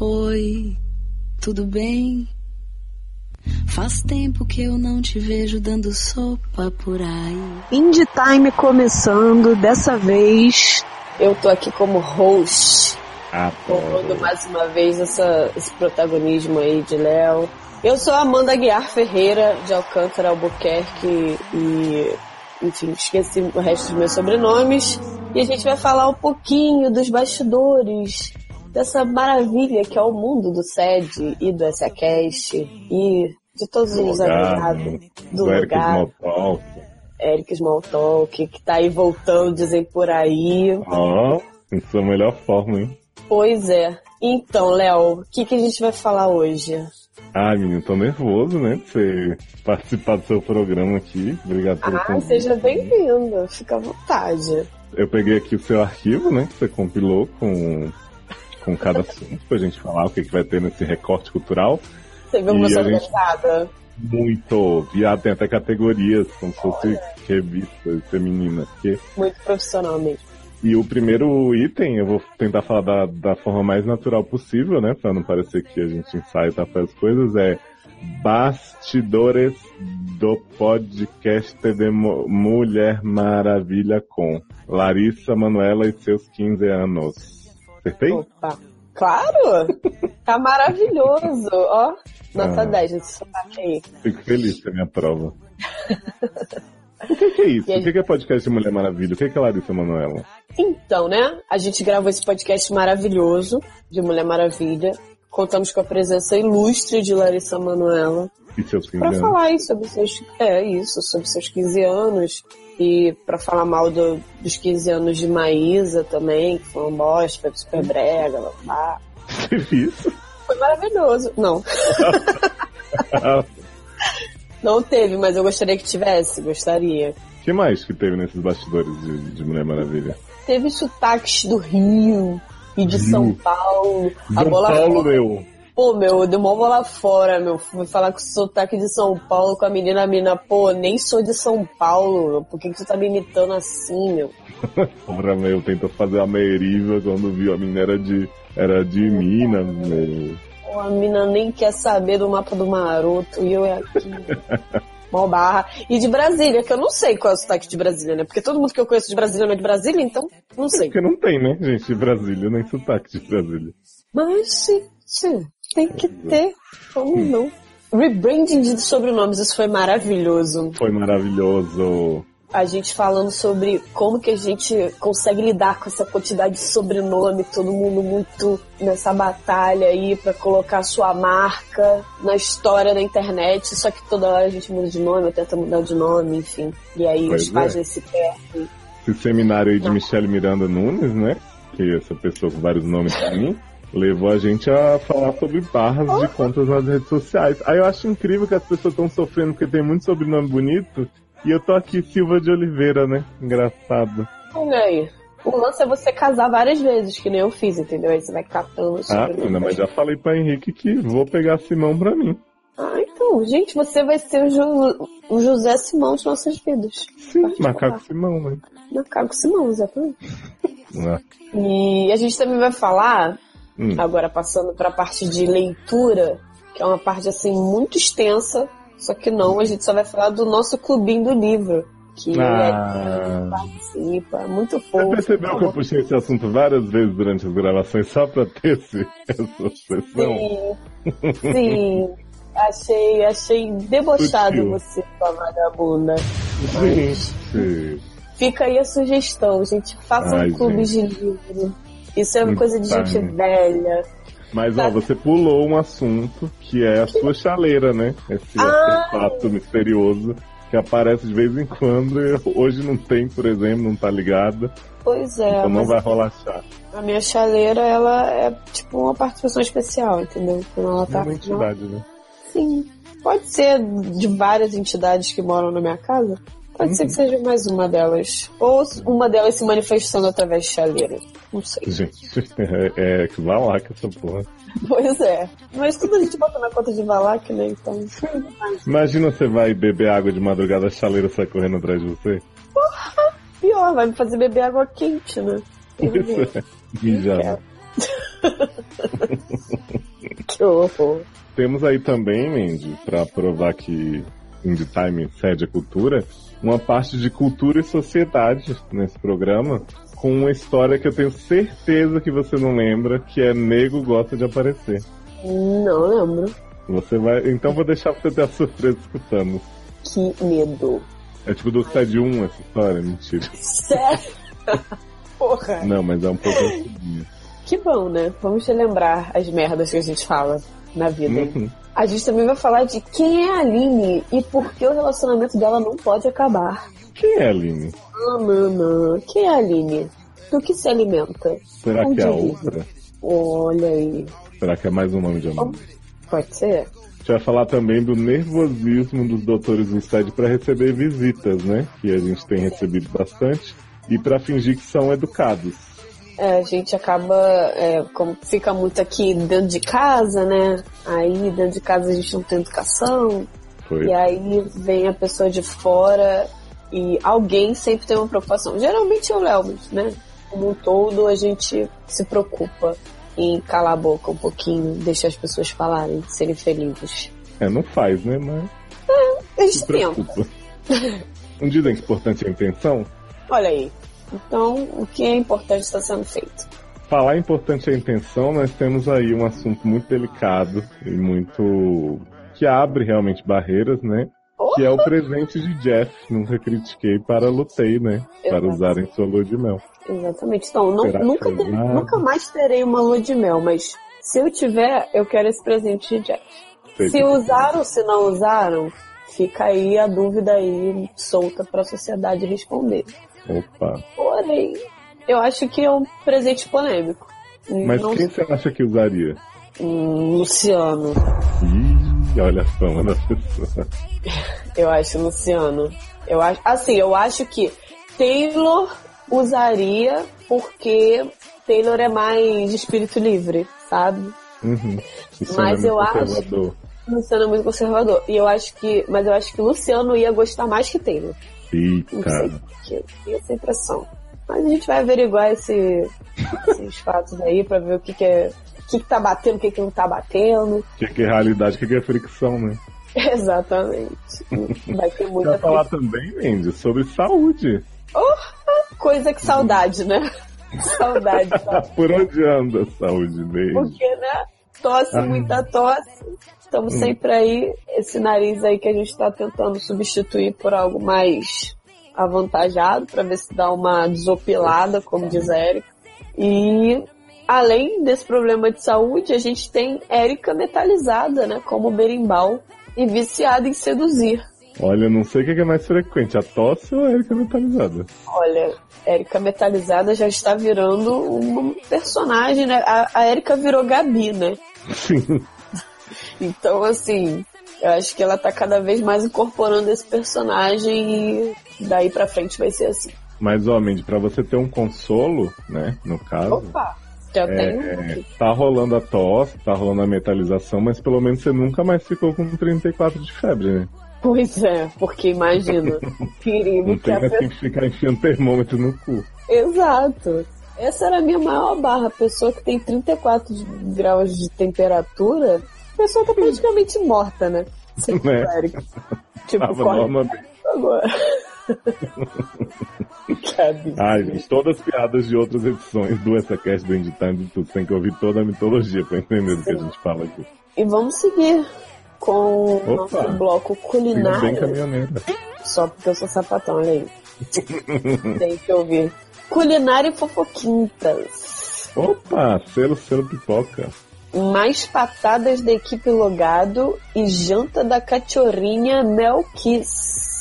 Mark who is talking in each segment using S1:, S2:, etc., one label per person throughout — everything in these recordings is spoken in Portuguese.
S1: Oi, tudo bem? Faz tempo que eu não te vejo dando sopa por aí.
S2: Indie Time começando, dessa vez
S3: eu tô aqui como host,
S4: Adoro.
S3: comprando mais uma vez essa- esse protagonismo aí de Léo. Eu sou a Amanda Aguiar Ferreira, de Alcântara Albuquerque e, enfim, esqueci o resto dos meus sobrenomes. E a gente vai falar um pouquinho dos bastidores, dessa maravilha que é o mundo do SED e do SACast e de todos os
S4: Lugar,
S3: agregados do
S4: do Eric
S3: lugar.
S4: Smalltalk.
S3: Eric Smalltalk, que tá aí voltando, dizem por aí.
S4: Ó, isso é a melhor forma, hein?
S3: Pois é. Então, Léo, o que, que a gente vai falar hoje?
S4: Ai, Ah, menino, tô nervoso, né? De você participar do seu programa aqui. Obrigado pelo
S3: Ah,
S4: convite.
S3: seja bem-vindo. Fica à vontade.
S4: Eu peguei aqui o seu arquivo, né? Que você compilou com, com cada assunto pra gente falar o que, que vai ter nesse recorte cultural.
S3: Teve uma
S4: E
S3: emoção
S4: a gente-
S3: engraçada?
S4: Muito! E ah, tem até categorias, como se fosse revista feminina. Porque
S3: Muito profissional mesmo.
S4: E o primeiro item, eu vou tentar falar da, da forma mais natural possível, né? Pra não parecer que a gente ensaia e tá fazendo as coisas, é Bastidores do Podcast de Mu- Mulher Maravilha com Larissa Manuela e seus 15 anos. Acertei?
S3: Opa. Claro! Tá maravilhoso. Ó, nota
S4: Ah.
S3: 10 nesse sotaque aí.
S4: Fico feliz com a minha prova. O que, que é isso?
S3: E a
S4: O que, que é podcast de Mulher Maravilha? O que, que é Larissa Manuela?
S3: Então, né? A gente gravou esse podcast maravilhoso de Mulher Maravilha. Contamos com a presença ilustre de Larissa Manoela.
S4: E seus 15
S3: Pra
S4: anos?
S3: falar aí sobre seus é isso sobre seus 15 anos e pra falar mal do- dos 15 anos de Maísa também que foi uma bosta foi super brega blá, blá.
S4: Que isso?
S3: foi maravilhoso não
S4: Ah,
S3: não teve mas eu gostaria que tivesse gostaria
S4: que mais que teve nesses bastidores de- de Mulher Maravilha?
S3: teve sotaques do Rio e de
S4: Rio.
S3: São Paulo a
S4: São
S3: bola
S4: Paulo,
S3: fora.
S4: meu.
S3: pô meu deu mó bola fora meu fui falar com o sotaque de São Paulo com a menina a menina pô nem sou de São Paulo meu. por que que tu tá me imitando assim meu
S4: Porra, meu, tentou fazer a meriva quando viu a menina era de, era de Minas, meu.
S3: Pô, a mina nem quer saber do mapa do maroto e eu é aqui. Mó barra. E de Brasília, que eu não sei qual é o sotaque de Brasília, né? Porque todo mundo que eu conheço de Brasília não é de Brasília, então não sei.
S4: Porque não tem, né, gente, de Brasília, nem sotaque de Brasília.
S3: Mas, gente, tem que ter. Como não? Rebranding de sobrenomes, isso foi maravilhoso.
S4: Foi maravilhoso.
S3: A gente falando sobre como que a gente consegue lidar com essa quantidade de sobrenome, todo mundo muito nessa batalha aí pra colocar sua marca na história da internet, só que toda hora a gente muda de nome, ou tenta mudar de nome, enfim. E aí
S4: Pois
S3: os
S4: é.
S3: pais se perdem.
S4: Esse seminário aí de Michelle Miranda Nunes, né, que é essa pessoa com vários nomes pra mim, levou a gente a falar sobre barras
S3: Oh.
S4: de contas nas redes sociais. Aí eu acho incrível que as pessoas estão sofrendo porque tem muito sobrenome bonito e eu tô aqui Silva de Oliveira, né, engraçado.
S3: Olha aí. O lance é você casar várias vezes, que nem eu fiz, entendeu? Aí você vai catando os
S4: Ah,
S3: sobrenomes.
S4: menina, mas já falei pra Henrique que vou pegar Simão pra mim.
S3: Ah, então, gente, você vai ser o, Ju- o José Simão de nossas vidas.
S4: Sim, macaco Simão, né?
S3: Macaco Simão, exatamente.
S4: Ah,
S3: E a gente também vai falar,
S4: Hum.
S3: agora passando para a parte de leitura, que é uma parte assim muito extensa, só que não, a gente só vai falar do nosso clubinho do livro, que
S4: Ah. É
S3: é, participa, muito
S4: Você
S3: fofo.
S4: percebeu que eu puxei esse assunto várias vezes durante as gravações só pra ter esse, essa sessão?
S3: Sim, sim. Achei, achei debochado
S4: Sutil.
S3: você, sua vagabunda.
S4: Gente,
S3: Fica aí a sugestão, gente. Faça
S4: Ai,
S3: um clube de livro. Isso é uma coisa de
S4: Tá.
S3: gente velha.
S4: mas ó, você pulou um assunto que é a sua chaleira, né? Esse
S3: Ah.
S4: artefato misterioso que aparece de vez em quando. e Hoje não tem, por exemplo, não tá ligado.
S3: Pois é.
S4: então não
S3: mas
S4: vai rolar chá.
S3: A minha chaleira, ela é tipo uma participação especial, entendeu? Quando ela
S4: É
S3: tá.
S4: uma entidade, né?
S3: Sim. Pode ser de várias entidades que moram na minha casa. Pode ser que seja mais uma delas. Ou uma delas se manifestando através de chaleira. Não sei.
S4: Gente, é, é que vai lá com essa porra.
S3: Pois é. Mas tudo a gente bota na conta de Valak, né? Então.
S4: Imagina você vai beber água de madrugada, a chaleira sai correndo atrás de você.
S3: Pior, vai me fazer beber água quente, né?
S4: Isso é. Mijar.
S3: Show, pô.
S4: Temos aí também, Mandy, para provar que Indie Time cede a cultura, uma parte de cultura e sociedade nesse programa, com uma história que eu tenho certeza que você não lembra, que é Nego Gosta de Aparecer.
S3: Não lembro.
S4: Você vai. Então vou deixar você ter a surpresa escutando.
S3: Que medo.
S4: É tipo do Side 1 essa história, mentira.
S3: Sério? Porra.
S4: Não, mas é um pouco antiguinha.
S3: Que bom, né? Vamos relembrar as merdas que a gente fala na vida. hein?
S4: Uhum.
S3: A gente também vai falar de quem é a Aline e por que o relacionamento dela não pode acabar.
S4: Quem é, Aline?
S3: Nananã. Quem é a Aline? Do que se alimenta?
S4: Será
S3: Onde
S4: que é a
S3: vive?
S4: outra?
S3: Olha aí.
S4: Será que é mais um nome de amor?
S3: Pode ser?
S4: A gente vai falar também do nervosismo dos doutores do site para receber visitas, né? Que a gente tem recebido bastante. E para fingir que são educados.
S3: É, a gente acaba, é, como fica muito aqui dentro de casa, né? Aí dentro de casa a gente não tem educação.
S4: Foi.
S3: E aí vem a pessoa de fora e alguém sempre tem uma preocupação. Geralmente é o Léo, mas, né? Como um todo a gente se preocupa em calar a boca um pouquinho, deixar as pessoas falarem, serem felizes. É
S4: É, não faz, né? Mas
S3: A gente
S4: se
S3: tenta.
S4: preocupa. Não dizem que importante é a intenção?
S3: Olha aí. Então, o que é importante está sendo feito.
S4: Falar importante é a intenção, nós temos aí um assunto muito delicado e muito. que abre realmente barreiras, né? Que é o presente de Jeff, nunca critiquei para lutei, né? Para
S3: Exato.
S4: usarem sua lua de mel.
S3: Exatamente. Então, não-
S4: Será que é
S3: nunca,
S4: eu
S3: terei-
S4: nada?
S3: nunca mais terei uma lua de mel, mas se eu tiver, eu quero esse presente de Jack.
S4: Sei
S3: Se
S4: que-
S3: usaram, se não usaram, fica aí a dúvida aí solta para a sociedade responder.
S4: Opa.
S3: Porém, eu acho que é um presente polêmico.
S4: Mas
S3: Não-
S4: quem você acha que usaria?
S3: Hum, Luciano.
S4: Ih, olha a fama da pessoa.
S3: Eu acho, Luciano. Eu acho, assim, eu acho que Taylor usaria porque Taylor é mais de espírito livre, sabe?
S4: Uhum. Isso
S3: Mas
S4: é muito
S3: eu acho-
S4: conservador.
S3: Luciano é muito conservador. E eu acho que, mas eu acho que Luciano ia gostar mais que Taylor. Não sei
S4: Eita.
S3: por quê. Tenho essa impressão. Mas a gente vai averiguar esse- esses fatos aí pra ver o que, que é. O que, que tá batendo, o que, que não tá batendo.
S4: O que que é realidade? O que que é fricção, né?
S3: Exatamente. Vai ter muita
S4: Quer falar também, Mandy, sobre saúde.
S3: coisa que saudade, né? saudade, saudade.
S4: Ah, Por onde anda a saúde, Mandy?
S3: Porque, né? Tosse,
S4: Ah.
S3: muita tosse. Estamos sempre aí, esse nariz aí que a gente está tentando substituir por algo mais avantajado, para ver se dá uma desopilada, como diz a Erika. E, além desse problema de saúde, a gente tem Erika metalizada, né? Como berimbau e viciada em seduzir.
S4: Olha, eu não sei o que que é mais frequente, a tosse ou a Erika metalizada?
S3: Olha, Erika metalizada já está virando um personagem, né? A, a Erika virou Gabi, né?
S4: Sim.
S3: Então, assim, eu acho que ela tá cada vez mais incorporando esse personagem e daí pra frente vai ser assim.
S4: Mas, ó, Mandy, pra você ter um consolo, né, no caso,
S3: Opa! Já
S4: É,
S3: tem um aqui.
S4: tá rolando a tosse, tá rolando a metalização, mas pelo menos você nunca mais ficou com 34 de febre, né?
S3: Pois é, porque imagina o
S4: Não
S3: perigo que
S4: tem
S3: a
S4: mais
S3: pessoa.
S4: que ficar enfiando termômetro no cu.
S3: Exato. Essa era a minha maior barra. A pessoa que tem 34 de- graus de temperatura, a pessoa tá praticamente morta, né? Sem
S4: Né?
S3: Eric. Tipo,
S4: Tava
S3: corre
S4: normalmente.
S3: agora. Que absurdo.
S4: Ai, gente, todas as piadas de outras edições do EssaCast do Indie Time, de tudo. Tem que ouvir toda a mitologia pra entender do que a gente fala aqui.
S3: E vamos seguir com
S4: Opa.
S3: o nosso bloco
S4: Fica bem
S3: culinário.
S4: caminhoneira.
S3: Só porque eu sou sapatão, olha aí. Tem que ouvir. Culinária e fofoquintas.
S4: Opa, selo, selo pipoca.
S3: Mais patadas da equipe Logado e janta da cachorrinha Mel Kiss.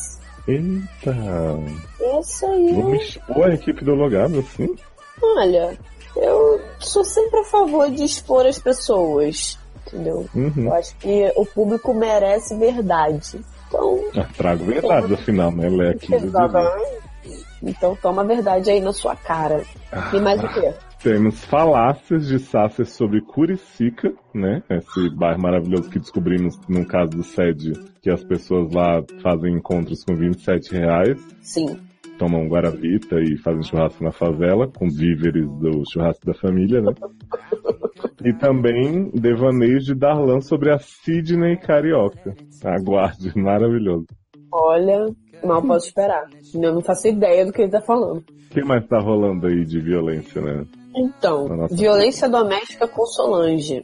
S4: Eita,
S3: Essa aí,
S4: vamos expor a equipe do Logado, assim?
S3: olha, eu sou sempre a favor de expor as pessoas, entendeu?
S4: Uhum.
S3: Eu acho que o público merece verdade. Então,
S4: Ah, trago verdade, afinal, né? Lé aqui. eu diria.
S3: Exatamente. Então toma a verdade aí na sua cara. E mais o quê?
S4: Temos falácias de Sácer sobre Curicica, né? Esse bairro maravilhoso que descobrimos no caso do SED, que as pessoas lá fazem encontros com 27 reais.
S3: Sim.
S4: tomam um guaravita e fazem churrasco na favela, com víveres do churrasco da família, né? E também devaneios de Darlan sobre a Sidney Carioca. Tá, Aguarde, maravilhoso.
S3: Olha, mal posso esperar. Eu não faço ideia do que ele tá falando.
S4: O que mais tá rolando aí de violência, né?
S3: Então,
S4: Na nossa
S3: violência doméstica com Solange.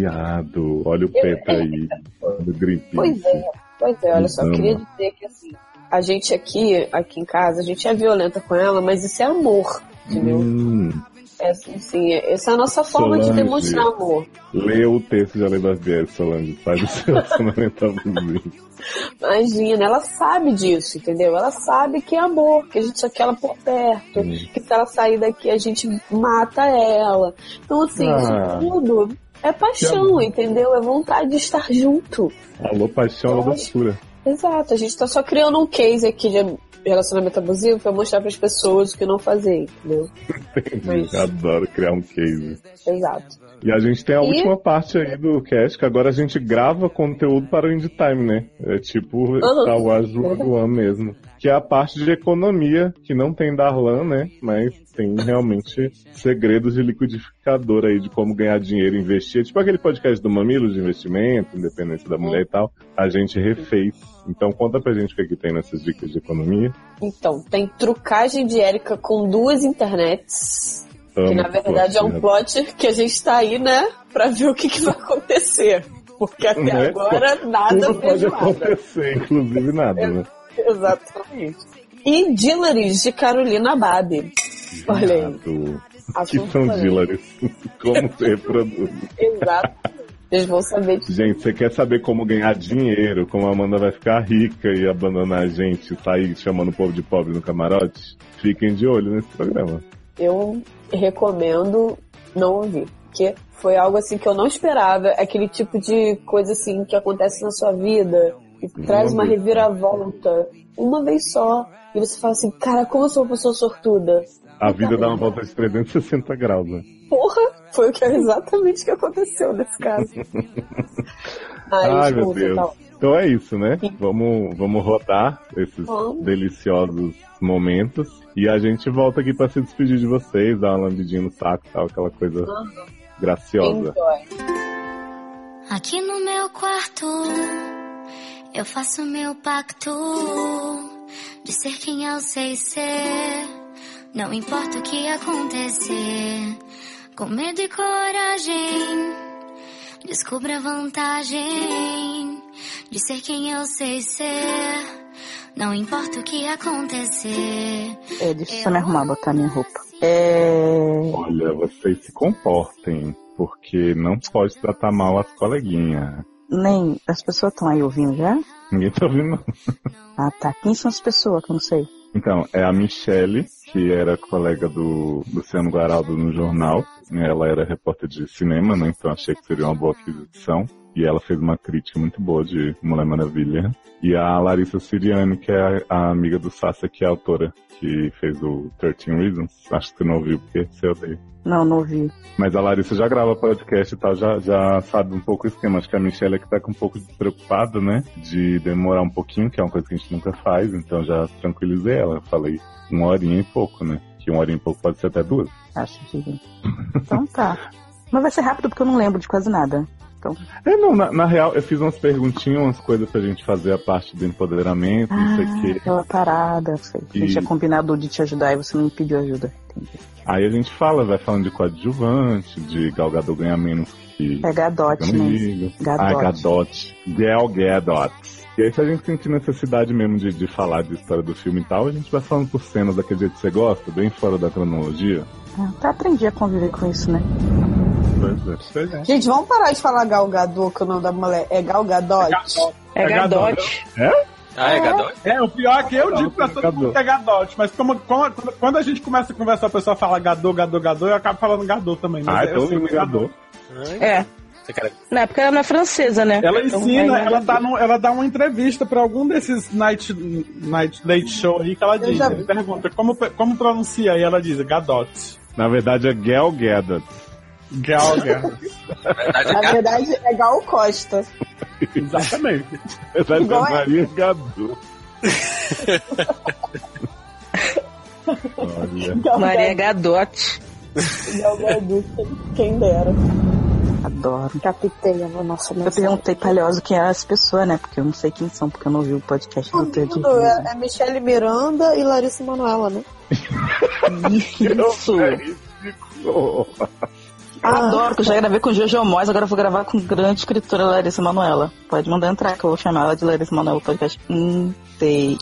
S4: Viado, olha o Peta aí. Olha o Greenpeace.
S3: Pois é, pois é, olha só,
S4: Então.
S3: queria dizer que assim, a gente aqui, aqui em casa, a gente é violenta com ela, mas isso é amor, entendeu?
S4: Hum,
S3: É assim, assim, é- essa é a nossa forma
S4: Solange.
S3: de demonstrar amor.
S4: lê o texto de Além das Vieres, Solange. Faz o seu relacionamento abusivo.
S3: Imagina, ela sabe disso, entendeu? Ela sabe que é amor, que a gente só quer ela por perto,
S4: Hum.
S3: que se ela sair daqui a gente mata ela. Então, assim,
S4: Ah.
S3: isso tudo é paixão, entendeu? É vontade de estar junto.
S4: Alô, paixão, alô, loucura.
S3: Exato, a gente tá só criando um case aqui de relacionamento abusivo pra mostrar pras pessoas o que não fazer, entendeu? Mas-
S4: Adoro criar um case.
S3: Exato.
S4: E a gente tem a
S3: E-
S4: última parte aí do cast, que agora a gente grava conteúdo para o Indie Time, né? É tipo
S3: Aham.
S4: Star Wars Rogue One mesmo. Que é a parte de economia, que não tem Darlan, né? Mas tem realmente segredos de liquidificador aí, de como ganhar dinheiro e investir. É Tipo aquele podcast do Mamilo de investimento, independência da mulher e tal. A gente refez. Então conta pra gente o que, é que tem nessas dicas de economia.
S3: Então, tem trucagem de Érica com duas internets, que
S4: Amo
S3: na verdade é um
S4: plot,
S3: plot que a gente tá aí, né, pra ver o que, que vai acontecer. Porque até
S4: Né?
S3: agora
S4: né?
S3: nada
S4: Tudo pode
S3: fez nada.
S4: acontecer, inclusive nada, né?
S3: Exatamente. E Dillaries de Carolina um Babi. Olha aí.
S4: Exato.
S3: A
S4: que são
S3: surpresa.
S4: Dillaries. Como se reproduz.
S3: Exato. Vocês vão saber disso.
S4: Gente, você quer saber como ganhar dinheiro, como a Amanda vai ficar rica e abandonar a gente e sair chamando o povo de pobre no camarote? Fiquem de olho nesse programa.
S3: eu recomendo não ouvir. Porque foi algo assim que eu não esperava. Aquele tipo de coisa assim que acontece na sua vida e traz uma
S4: vez.
S3: reviravolta uma vez só. E você fala assim, cara, como eu sou uma pessoa sortuda.
S4: A vida dá uma
S3: tá.
S4: volta de 360 graus, né?
S3: Porra, foi o que é exatamente o que aconteceu nesse caso. Ai,
S4: Ai, meu
S3: escuta,
S4: Deus.
S3: tal.
S4: Então é isso, né?
S3: Sim.
S4: Vamos, vamos rodar esses
S3: Vamos.
S4: deliciosos momentos. E a gente volta aqui pra se despedir de vocês, dar uma lambidinha no saco e tal, aquela coisa graciosa.
S3: Enjoy.
S1: Aqui no meu quarto, eu faço meu pacto de ser quem eu sei ser. Não importa o que acontecer, com medo e coragem, descubra a vantagem de ser quem eu sei ser. Não importa o que acontecer.
S5: É, deixa eu me arrumar, botar minha roupa.
S3: É...
S4: Olha, vocês se comportem, porque não pode tratar mal as coleguinhas.
S5: Nem, as pessoas estão aí ouvindo já?
S4: Ninguém tá ouvindo, não.
S5: Ah, tá. Quem são as pessoas que eu não sei?
S4: Então, é a Michelle, que era colega do Luciano Guaraldo no jornal. Ela era repórter de cinema, né? Então achei que seria uma boa aquisição. E ela fez uma crítica muito boa de Mulher Maravilha. E a Larissa Siriani, que é a, a amiga do Sasha, que é a autora, que fez o 13 Reasons. Acho que você não ouviu, porque você odeia.
S5: Não, não ouvi.
S4: Mas a Larissa já grava podcast e tal, já, já sabe um pouco o esquema. Acho que a Michelle é que tá com um pouco despreocupada, né? De demorar um pouquinho, que é uma coisa que a gente nunca faz, então já tranquilizei ela. Eu Falei uma horinha e pouco, né? Que uma horinha e pouco pode ser até duas.
S5: Acho que. Então tá. Mas vai ser rápido porque eu não lembro de quase nada.
S4: É, não, na, na real, eu fiz umas perguntinhas, umas coisas pra gente fazer a parte do empoderamento, não sei
S3: Ah.
S4: o quê.
S5: Ah, Aquela parada, sei. A gente
S4: E-
S5: tinha combinado de te ajudar e você não me pediu ajuda. Entendi.
S4: Aí a gente fala, vai falando de coadjuvante, de galgador ganhar menos que.
S5: Pegar a Dot, né?
S4: amigo. Ah,
S5: Gadote.
S4: Gadot. Gal Gadot. E aí, se a gente sentir necessidade mesmo de, de falar de história do filme e tal, a gente vai falando por cenas daquele jeito que você gosta, bem fora da cronologia.
S5: Ah, tá, aprendi a conviver com isso, né?
S4: Pois é. Pois é.
S3: Gente, vamos parar de falar Gal Gadot, que o nome da mulher é Gal Gadot.
S6: É Gadote.
S7: Ah, é Gadot?
S8: É, o pior é que eu digo pra todo
S4: Gadot.
S8: mundo que é Gadote, mas como, como- quando, quando a gente começa a conversar, a pessoa fala Gadô, Gadô, Gadô, eu acabo falando Gadô também. mas
S4: Ah,
S8: eu
S4: então
S8: sei
S4: o
S8: que é Gadot.
S4: Gadot.
S6: É.
S7: Você quer-
S6: Não, é porque ela não é francesa, né?
S8: Ela
S6: Então,
S8: ensina,
S4: é
S6: vai-
S8: ela, tá dá num- ela dá uma entrevista pra algum desses night, night late show aí que ela diz.
S3: já
S8: né? Pergunta, como, como pronuncia? E ela diz, Gadote.
S4: Na verdade, é Gal Gadot.
S8: Galga.
S7: Na
S3: Na
S7: verdade,
S3: verdade, é Gal Costa.
S8: Exatamente.
S4: Na verdade,
S3: Igual
S4: é
S3: é.
S4: Maria Gadot. Olha.
S3: Gal
S6: Maria Gadote.
S3: Gadot, quem dera. Adoro.
S9: Captei a nossa
S3: Eu um
S9: mensagem.
S3: perguntei palhoso quem era as pessoas, né? Porque eu não sei quem são, porque eu não ouvi o podcast do Teu de
S6: Tudo é, é Michele Miranda e Larissa Manoela, né?
S3: Isso!
S4: É
S3: Ah, Adoro, que eu já gravei com Jojo Moyes, agora eu vou gravar com grande escritora Larissa Manoela. Pode mandar entrar, que eu vou chamar ela de Larissa Manoela o podcast inteiro.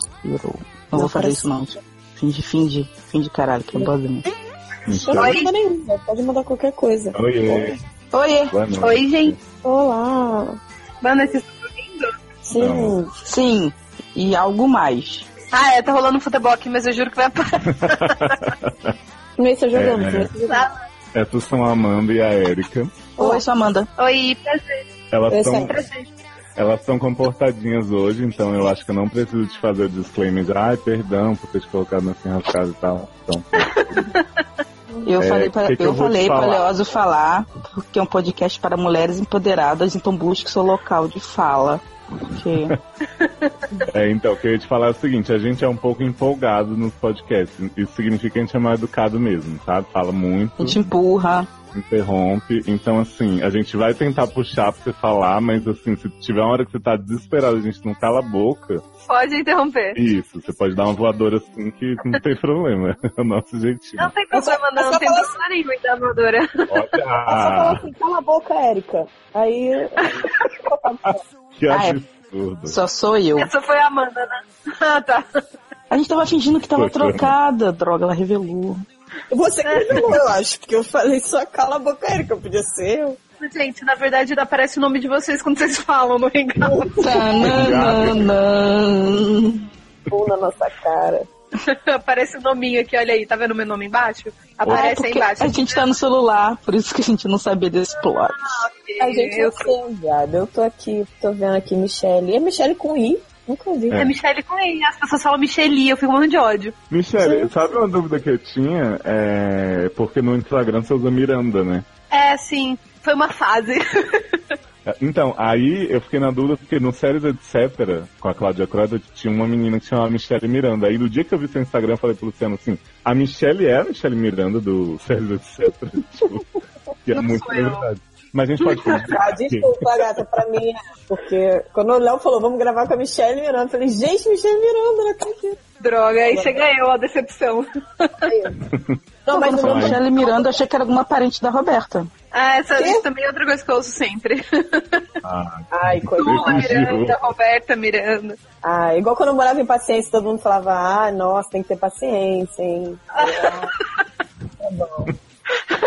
S3: Não vou fazer isso não. Finge, finge, finge caralho, que é bozinho.
S6: Eu não manda nenhuma, pode mandar qualquer coisa.
S4: Oiê.
S10: Oiê.
S4: Então, Boa noite.
S10: Oi, gente.
S6: Olá!
S10: Banda, vocês-
S6: Sim,
S4: Não.
S3: Sim, e algo mais.
S11: Ah, é, tá rolando futebol aqui, mas eu juro que vai passar.
S6: começa jogando. né?
S4: É.
S6: começa jogando.
S4: Essas são a Amanda e a Érica.
S3: Oi, sou Amanda.
S11: Oi, prazer,
S4: Elas
S6: Eu
S4: estão
S6: sei.
S11: prazer.
S4: elas estão comportadinhas hoje, então eu acho que eu não preciso te fazer o disclaimer de ai, perdão por ter te colocado na enrascada e tal. Então,
S3: Eu
S4: É,
S3: falei para
S4: que que eu
S3: eu,
S4: vou te
S3: falei
S4: falar?
S3: para Leozo falar, porque é um podcast para mulheres empoderadas, então busque seu local de fala. Porque
S4: É, então, o que eu ia te falar é o seguinte, a gente é um pouco empolgado nos podcasts. Isso significa que a gente é mal educado mesmo, sabe? Fala
S3: a
S4: muito,
S3: gente empurra.
S4: interrompe. Então, assim, a gente vai tentar puxar pra você falar, mas assim, se tiver uma hora que você tá desesperado, a gente não cala a boca,
S11: Pode interromper.
S4: isso, você pode dar uma voadora assim que não tem problema. É o nosso jeitinho.
S11: Não tem
S6: Eu só-
S11: problema,
S6: eu
S11: não.
S6: só
S11: Não tem
S6: falo
S11: problema nenhum em dar voadora.
S6: Eu só falo
S4: Olha!
S6: assim, cala a boca, Érica. Aí.
S4: Que
S3: Ah, é.
S4: absurdo.
S3: Só sou eu.
S11: Essa foi a Amanda, né? Ah, tá.
S3: A gente tava fingindo que tava
S4: Pois é.
S3: trocada. Droga, ela revelou.
S6: Você que revelou, eu acho, porque eu falei só cala a boca, Érica, podia ser eu.
S11: Gente, na verdade ainda aparece o nome de vocês quando vocês falam no engano.
S3: Tananana.
S6: Pum na nossa cara.
S11: aparece o nominho aqui, olha aí. Tá vendo o meu nome embaixo?
S3: É
S11: Aparece aí
S3: porque
S11: embaixo.
S3: a gente tá no celular, por isso que a gente não sabia desse plot.
S6: A gente é
S11: Eu-
S6: sendo, Eu tô aqui, tô vendo aqui Michele. E é Michele com I? Nunca vi.
S11: É Michelle com E. As pessoas falam Micheli, eu fico morrendo de ódio.
S4: Michele, sabe uma dúvida que eu tinha? É porque no Instagram você usa Miranda, né?
S11: É, sim. Foi uma fase.
S4: Então, aí eu fiquei na dúvida porque no Séries Etc., com a Cláudia Croda, tinha uma menina que chamava Michelle Miranda. Aí no dia que eu vi seu Instagram, eu falei pro Luciano assim: a Michelle é a Michelle Miranda do Séries Etc. tipo, que é
S11: Não
S4: muito
S11: sou eu.
S4: verdade. Mas a gente pode
S6: Ah,
S4: falar.
S6: desculpa, gata, pra mim, é, porque quando o Léo falou, vamos gravar com a Michelle Miranda, eu falei, gente, Michelle Miranda, ela tá aqui.
S11: Droga, aí você ganhou a decepção.
S6: Não, mas
S3: Quando
S6: o
S3: falou
S6: meu
S4: Vai.
S3: Michelle Miranda, eu achei que era alguma parente da Roberta.
S11: Ah, essa
S6: Quê?
S11: isso também é outra coisa que eu ouço sempre.
S4: Ah,
S6: Ai, coisa.
S11: Lula Miranda,
S4: decidiu.
S11: Roberta Miranda.
S6: Ah, igual quando eu morava em paciência, todo mundo falava, ah, nossa, tem que ter paciência, hein. Ah, tá bom.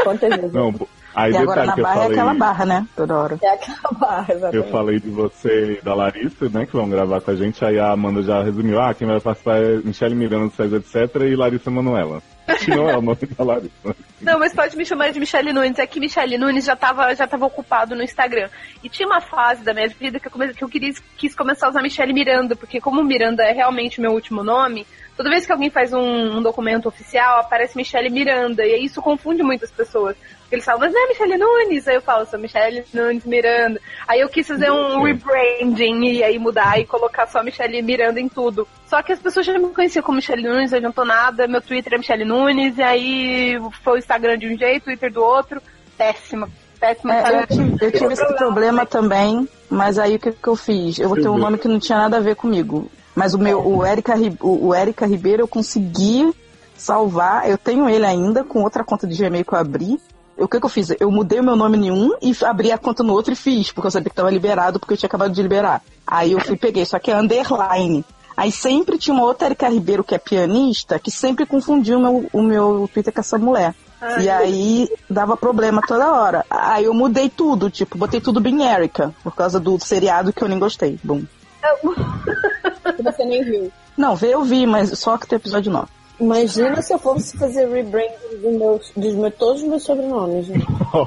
S6: Quantas vezes
S4: Não, pô, aí
S3: e agora
S4: detalhe
S3: na
S4: que eu
S3: barra é aquela
S4: falei.
S3: barra, né? Toda hora.
S6: até acabar,
S4: Eu
S6: exatamente.
S4: falei de você e da Larissa, né, que vão gravar com a gente, aí a Amanda já resumiu, ah, quem vai participar é Michelle Miranda do Séries Etc. e Larissa Manoela. Que não é o nome da Larissa.
S11: Não, mas pode me chamar de Michelle Nunes. É que Michelle Nunes já tava, já tava ocupado no Instagram. E tinha uma fase da minha vida que eu, come- que eu queria, quis começar a usar Michelle Miranda, porque como Miranda é realmente meu último nome, toda vez que alguém faz um, um documento oficial, aparece Michelle Miranda. E aí isso confunde muitas pessoas. Porque eles falam, mas não é Michelle Nunes? Aí eu falo, sou Michelle Nunes Miranda. Aí eu quis fazer um rebranding e aí mudar e colocar só Michelle Miranda em tudo. Só que as pessoas já me conheciam como Michelle Nunes, eu não tô nada, meu Twitter é Michelle Nunes, e aí foi o Instagram de um jeito, o Twitter do outro. Péssima, péssima.
S3: É, eu,
S11: sabe?
S3: tive, eu tive esse problema também, mas aí o que, que eu fiz? Eu botei um nome que não tinha nada a ver comigo. Mas o meu, o Érica, Ri- o, o Érica Ribeiro eu consegui salvar. Eu tenho ele ainda com outra conta de Gmail que eu abri. O que, que eu fiz? Eu mudei o meu nome em um e f- abri a conta no outro e fiz, porque eu sabia que tava liberado, porque eu tinha acabado de liberar. Aí eu fui e peguei, só que é underline. Aí sempre tinha uma outra Erika Ribeiro que é pianista, que sempre confundia o meu, o meu Twitter com essa mulher. E aí dava problema toda hora. Aí eu mudei tudo, tipo, botei tudo bem Erika, por causa do seriado que eu nem gostei. Bom.
S6: que você nem viu.
S3: Não, vê eu vi, mas só que tem episódio 9.
S6: Imagina se eu fosse fazer rebranding dos meus, dos meus, todos os meus sobrenomes. né?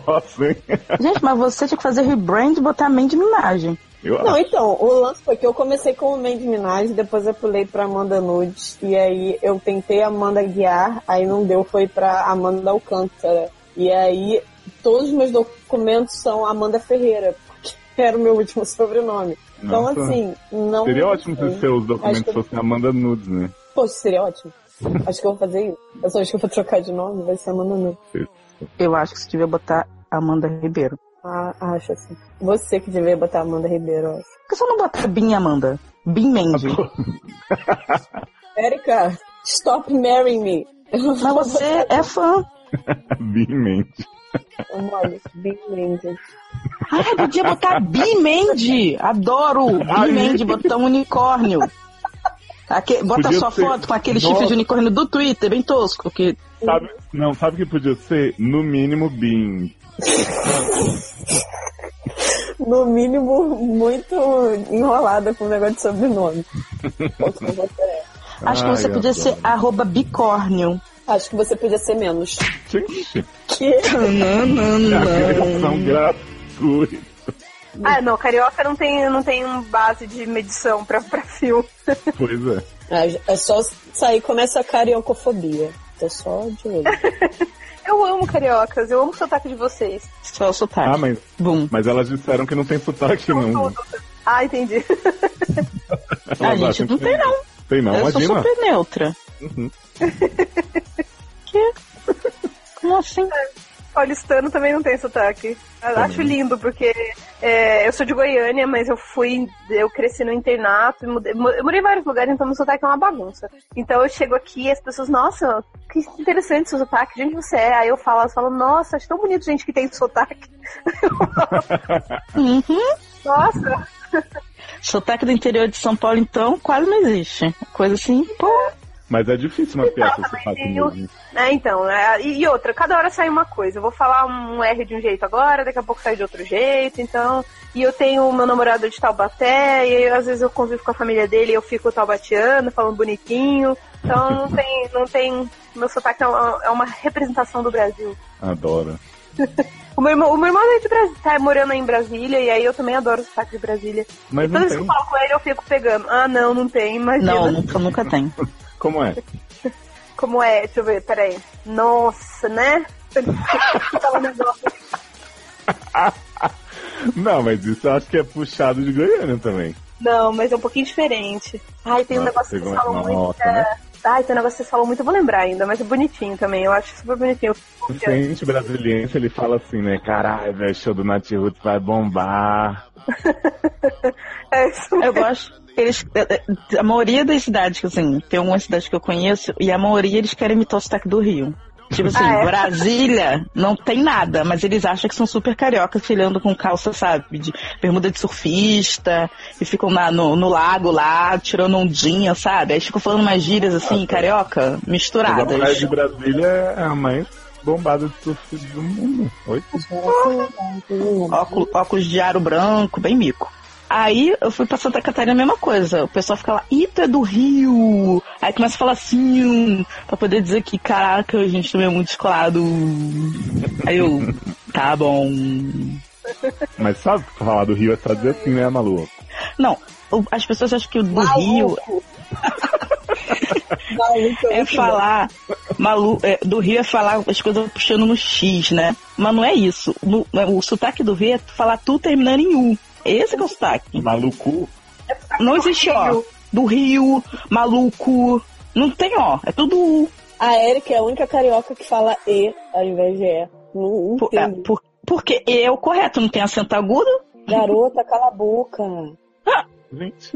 S4: Nossa, hein?
S3: Gente, mas você tinha que fazer rebrand e botar a Mandy Minaj.
S4: Eu
S6: Não,
S4: acho.
S6: então, o lance foi que eu comecei com o Mandy Minaj, depois eu pulei pra Amanda Nudes, e aí eu tentei Amanda Guiar, aí não deu, foi pra Amanda Alcântara. E aí todos os meus documentos são Amanda Ferreira, porque era o meu último sobrenome. Então,
S4: Nossa.
S6: assim, não.
S4: tá. Seria ótimo
S3: assim,
S4: se os seus documentos
S6: Acho que-
S4: fossem Amanda Nudes, né?
S6: Poxa, seria ótimo. Acho que eu vou fazer isso. Eu só acho que eu vou trocar de nome, vai ser Amanda Nudes.
S3: Eu acho que você devia botar Amanda Ribeiro.
S6: Ah, acho assim. Você que deveria botar Amanda Ribeiro, eu acho.
S3: Por que você não bota Bin Amanda? Bin Mendes.
S6: Érica, stop marrying me.
S3: Mas você é fã.
S4: Bem mente.
S6: Olha, bem lindo.
S3: Ah, podia botar Bi Mendes. Adoro Bi
S4: Aí.
S3: Mendes, botar um unicórnio. Aque- bota
S4: Podia
S3: sua
S4: ser-
S3: foto com aquele chifre
S4: Nossa.
S3: de unicórnio do Twitter, bem tosco. Que...
S4: Sabe, não, sabe o que podia ser? No mínimo, Bean.
S6: No mínimo, muito enrolada com o negócio de sobrenome. Posso com você é.
S3: Acho que
S4: Ai,
S3: você podia
S4: adoro.
S3: ser arroba bicórnio.
S6: Acho que você podia ser menos.
S4: Gente,
S6: Que?
S4: são gratuitos.
S11: Ah, não, carioca não tem, não tem um base de medição pra, pra filme.
S4: Pois é.
S6: É, é só sair, começa a cariocofobia. Tô só de olho.
S11: Eu amo cariocas, eu amo o sotaque de vocês.
S3: Só o
S4: Ah,
S3: sotaque.
S4: mas,
S3: Bum.
S4: mas elas disseram que não tem sotaque, não.
S11: Ah, entendi.
S4: Elas
S3: Ah, gente,
S4: acham
S3: não
S4: que
S3: tem não.
S4: Tem não,
S3: eu sou
S4: imagina.
S3: super neutra.
S4: Uhum.
S3: que? Como assim?
S11: Paulistano também não tem sotaque. Eu Acho lindo, porque é, eu sou de Goiânia, mas eu fui, eu cresci no internato, e mudei- mo- eu morei em vários lugares, então meu sotaque é uma bagunça. Então eu chego aqui e as pessoas, nossa, que interessante seu sotaque, de onde você é? Aí eu falo, elas falam, nossa, acho tão bonito gente que tem sotaque.
S3: Uhum.
S11: Nossa,
S3: Sotaque do interior de São Paulo, então, quase não existe. Coisa assim, pô.
S4: Mas é difícil mapear esse
S11: Exatamente,
S4: sotaque
S11: Então, eu-
S4: mesmo.
S11: é, então, é, e e outra, cada hora sai uma coisa. Eu vou falar um R de um jeito agora, daqui a pouco sai de outro jeito, então. E eu tenho o meu namorado de Taubaté, e aí, às vezes eu convivo com a família dele e eu fico taubateando, falando bonitinho. Então não tem, não tem. Meu sotaque é uma, é uma representação do Brasil.
S4: Adoro.
S11: O meu irmão, o meu irmão é de Brasil, tá morando aí em Brasília, e aí eu também adoro o sotaque de Brasília.
S4: Mas
S11: Toda
S4: não
S11: vez
S4: tem.
S11: Então, que eu falo com ele, eu fico pegando. Ah, não, não tem, imagina.
S3: Não, nunca, nunca tem.
S4: Como é?
S11: Como é? Deixa eu ver, peraí. Nossa, né? Tava um negócio.
S4: Não, mas isso eu acho que é puxado de Goiânia também.
S11: Não, mas é um pouquinho diferente. Ai, tem um
S4: Nossa,
S11: negócio que
S4: teve
S11: vocês
S4: uma-
S11: falam
S4: Ah, uma
S11: muito.
S4: nota,
S11: é,
S4: né?
S11: Ai, tem um negócio que vocês falam muito, eu vou lembrar ainda, mas é bonitinho também. Eu acho super bonitinho.
S4: O cliente brasiliense, ele fala assim, né? Caralho, velho, show do Nath Roots vai bombar.
S11: É isso.
S3: Eu gosto. Eles, é, é, a maioria das cidades, que assim, tem algumas cidades que eu conheço, e a maioria eles querem imitar o sotaque do Rio. Tipo assim,
S11: Ah, é?
S3: Brasília não tem nada, mas eles acham que são super cariocas filhando com calça, sabe? De bermuda de surfista, e ficam na, no, no lago lá, tirando ondinha, sabe? Aí ficam falando umas gírias assim, carioca,
S4: Mas
S11: né?
S4: a praia
S3: misturadas.
S4: de Brasília é a mais bombada de surf do mundo. Oi?
S3: óculos, óculos de aro branco, bem mico. Aí eu fui pra Santa Catarina, a mesma coisa. O pessoal fica lá, Ih, tu é do Rio. Aí começa a falar assim, hum, pra poder dizer que, caraca, a gente também é muito escolado. Aí eu, tá bom.
S4: Mas sabe falar do Rio é só dizer assim, né, Malu?
S3: Não, o- as pessoas acham que o do Rio
S6: Maluco,
S3: é falar. Malu, é, do Rio é falar as coisas puxando no X, né? Mas não é isso. No- o sotaque do Rio é falar tu terminando em U. Esse que é o sotaque.
S4: Maluco?
S3: Não existe ó. Do Rio, maluco. Não tem ó. É tudo U.
S6: A Erika é a única carioca que fala E ao invés de E. Não
S3: Por, é,
S6: entendo.
S3: por- porque E é o correto, não tem acento agudo.
S6: Garota, cala a boca.
S4: Gente,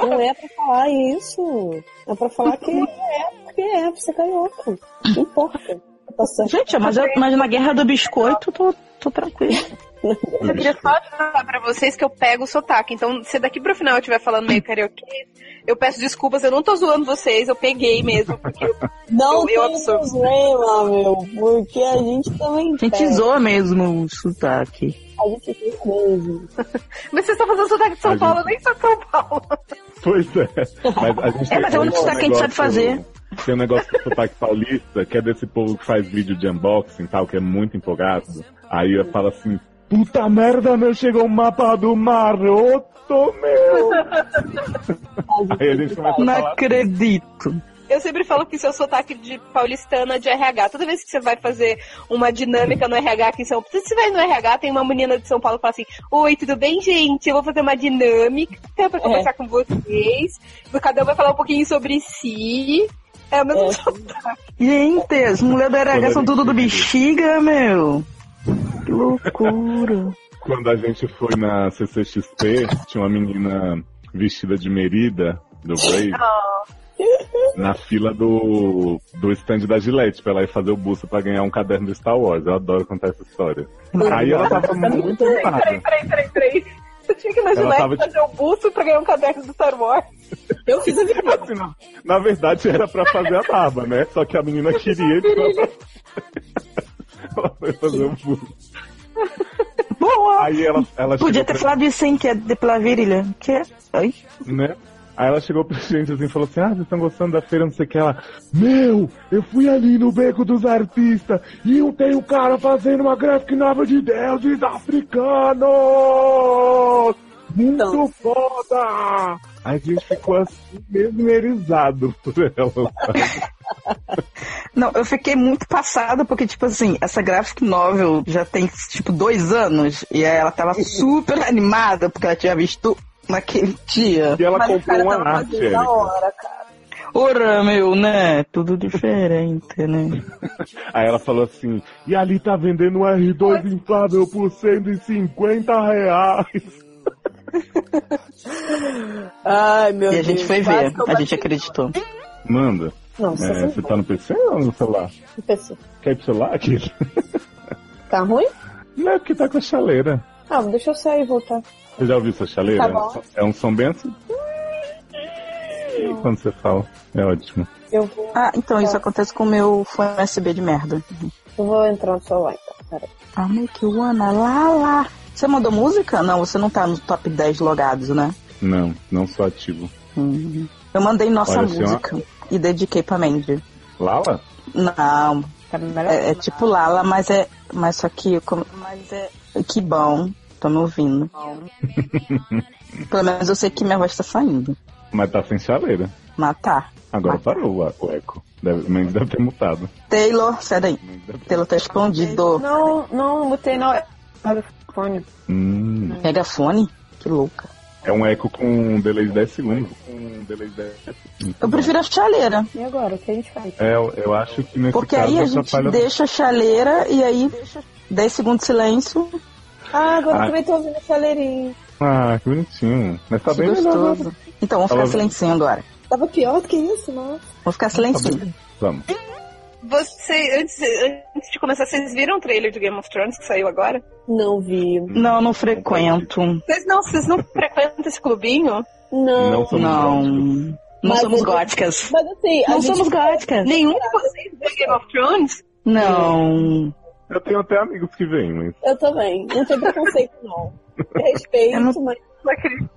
S6: Não é pra falar isso. É pra falar que é, porque é, pra ser carioca. Não importa. Tá certo.
S3: Gente, mas, eu- mas na guerra do biscoito tô, tô tranquilo.
S11: Eu queria só falar pra vocês que eu pego o sotaque. Então, se daqui pro final eu estiver falando meio carioquês, eu peço desculpas, eu não tô zoando vocês, eu peguei mesmo, porque eu
S6: Não
S11: Eu-
S6: tem
S11: eu absorvo.
S6: problema, meu. Porque a gente também
S3: A gente
S6: pega.
S3: zoa mesmo o sotaque.
S6: A gente tem mesmo.
S11: Mas vocês estão fazendo sotaque de
S4: A
S11: São
S4: gente-
S11: Paulo, eu nem sou de São Paulo.
S4: pois é. Mas a gente
S3: É, mas é o único sotaque
S4: tem um
S3: que a gente sabe
S4: negócio-
S3: fazer.
S4: Tem um negócio do sotaque paulista, que é desse povo que faz vídeo de unboxing e tal, que é muito empolgado. Aí eu falo assim, puta merda, meu, chegou o mapa do maroto, meu. Aí a gente começa a
S3: Não
S4: falar.
S3: acredito.
S11: Eu sempre falo que isso é o sotaque de paulistana de RH. Toda vez que você vai fazer uma dinâmica no RH aqui em São Paulo, se você vai no RH, tem uma menina de São Paulo que fala assim: Oi, tudo bem, gente? Eu vou fazer uma dinâmica pra conversar com vocês. Cada um vai falar um pouquinho sobre si. É o mesmo
S6: É.
S11: sotaque.
S3: Gente, as mulheres da RH são tudo do bexiga, meu. Que loucura.
S4: Quando a gente foi na CCXP, tinha uma menina vestida de Merida, do Brave,
S3: Ah.
S4: na fila do, do stand da Gillette, pra ela ir fazer o busto pra ganhar um caderno do Star Wars. Eu adoro contar essa história. Aí ela tá tava muito
S11: Peraí,
S4: animada.
S11: peraí, peraí, peraí. Você tinha que
S4: Ela
S11: imaginar
S4: tava
S11: que fazer o busto pra ganhar um caderno do Star Wars.
S6: Eu fiz a virilha.
S4: Assim, na, na verdade era pra fazer a barba, né? Só que a menina queria e ela, ela foi fazer o busto.
S3: Boa!
S4: Aí ela, ela
S3: Podia
S4: chegou
S3: ter
S4: pra-
S3: falado isso sem que é de pela virilha. Que? é- Ai.
S4: né? Aí ela chegou pra gente assim e falou assim: Ah, vocês estão gostando da feira, não sei o que. Ela, meu, eu fui ali no beco dos artistas e eu tenho um cara fazendo uma graphic novel de deuses africanos! Muito
S6: Não.
S4: foda! Aí a gente ficou assim, mesmerizado por ela.
S3: Não, eu fiquei muito passada, porque, tipo assim, essa graphic novel já tem, tipo, dois anos. E aí ela tava super animada, porque ela tinha visto naquele dia.
S4: E ela
S6: Mas o
S4: comprou
S6: cara
S4: uma
S6: tava
S4: arte,
S6: fazendo da
S4: Erika.
S6: hora, cara.
S3: Ora, meu, né? Tudo diferente, né?
S4: Aí ela falou assim: E ali tá vendendo um R2 inflável por 150 reais.
S6: Ai, meu
S3: E a
S6: Deus.
S3: gente foi
S6: quase
S3: ver,
S6: que eu
S3: a gente
S6: bati-
S3: acreditou.
S4: Manda,
S6: Nossa,
S4: é, você tá no PC ou no celular?
S6: pensei,
S4: Quer ir pro celular, Kiko?
S6: Tá ruim?
S4: Não é porque tá com a chaleira.
S6: Ah, deixa eu sair e voltar.
S4: Você já ouviu essa chaleira?
S6: Tá bom.
S4: é um som bem assim. Quando você fala. É ótimo.
S6: Eu vou,
S3: Ah, então
S6: É.
S3: isso acontece com o meu fone USB de merda.
S6: eu vou entrar no celular então. Peraí.
S3: I make you wanna la la. Você mandou música? Não, você não tá no top 10 logados, né?
S4: Não, não sou ativo.
S3: Uhum. Eu mandei nossa
S4: Olha,
S3: música e dediquei pra Mandy.
S4: Lala?
S3: Não,
S6: Tá melhor?
S3: é, é tipo Lala, mas é. Mas só que. como- Mas é. Que bom, tô me ouvindo. Pelo menos eu sei que minha voz tá saindo.
S4: Mas tá sem chaleira.
S3: Matar.
S4: Agora
S3: Ah.
S6: tá.
S4: parou o, o eco. Deve, Mendes deve ter mutado.
S3: Taylor, sai daí. Taylor tá escondido.
S6: Não, não, botei na hora. do fone.
S4: Hum,
S3: Pega fone? Que louca.
S4: é um eco com um delay de 10 segundos. Um delay de 10
S3: Eu prefiro a chaleira.
S6: E agora? O que a gente faz?
S4: É, eu, eu acho que nesse
S3: Porque
S4: caso
S3: aí a
S4: atrapalha.
S3: gente deixa a chaleira e aí 10 segundos de silêncio.
S6: Ah, agora
S4: Ah.
S6: eu também tô ouvindo o chaleirinho.
S4: Ah, que bonitinho. Mas tá
S3: Que
S4: bem melhor. né?
S3: gostoso. Então, vamos ficar
S4: Tava-
S3: silencinho agora.
S6: Tava pior do que isso, né? não?
S3: Vamos
S4: Tá
S3: ficar silencinho.
S4: Vamos.
S11: Você, antes, antes de começar, vocês viram o trailer de Game of Thrones que saiu agora?
S6: Não vi.
S3: Não, não frequento.
S11: Vocês não, vocês não frequentam esse clubinho?
S6: Não.
S4: Não somos
S3: Não.
S4: góticos.
S3: Não
S6: Mas
S3: somos
S6: eu-
S3: góticas.
S6: Mas assim, a
S3: Não
S6: gente
S3: somos góticas.
S11: Nenhum de vocês viu Game of Thrones?
S3: Não.
S4: Eu tenho até amigos que vêm, mas.
S6: Eu também. Não tem preconceito, não. Eu respeito,
S3: Eu não-
S6: mas
S11: Não acredito.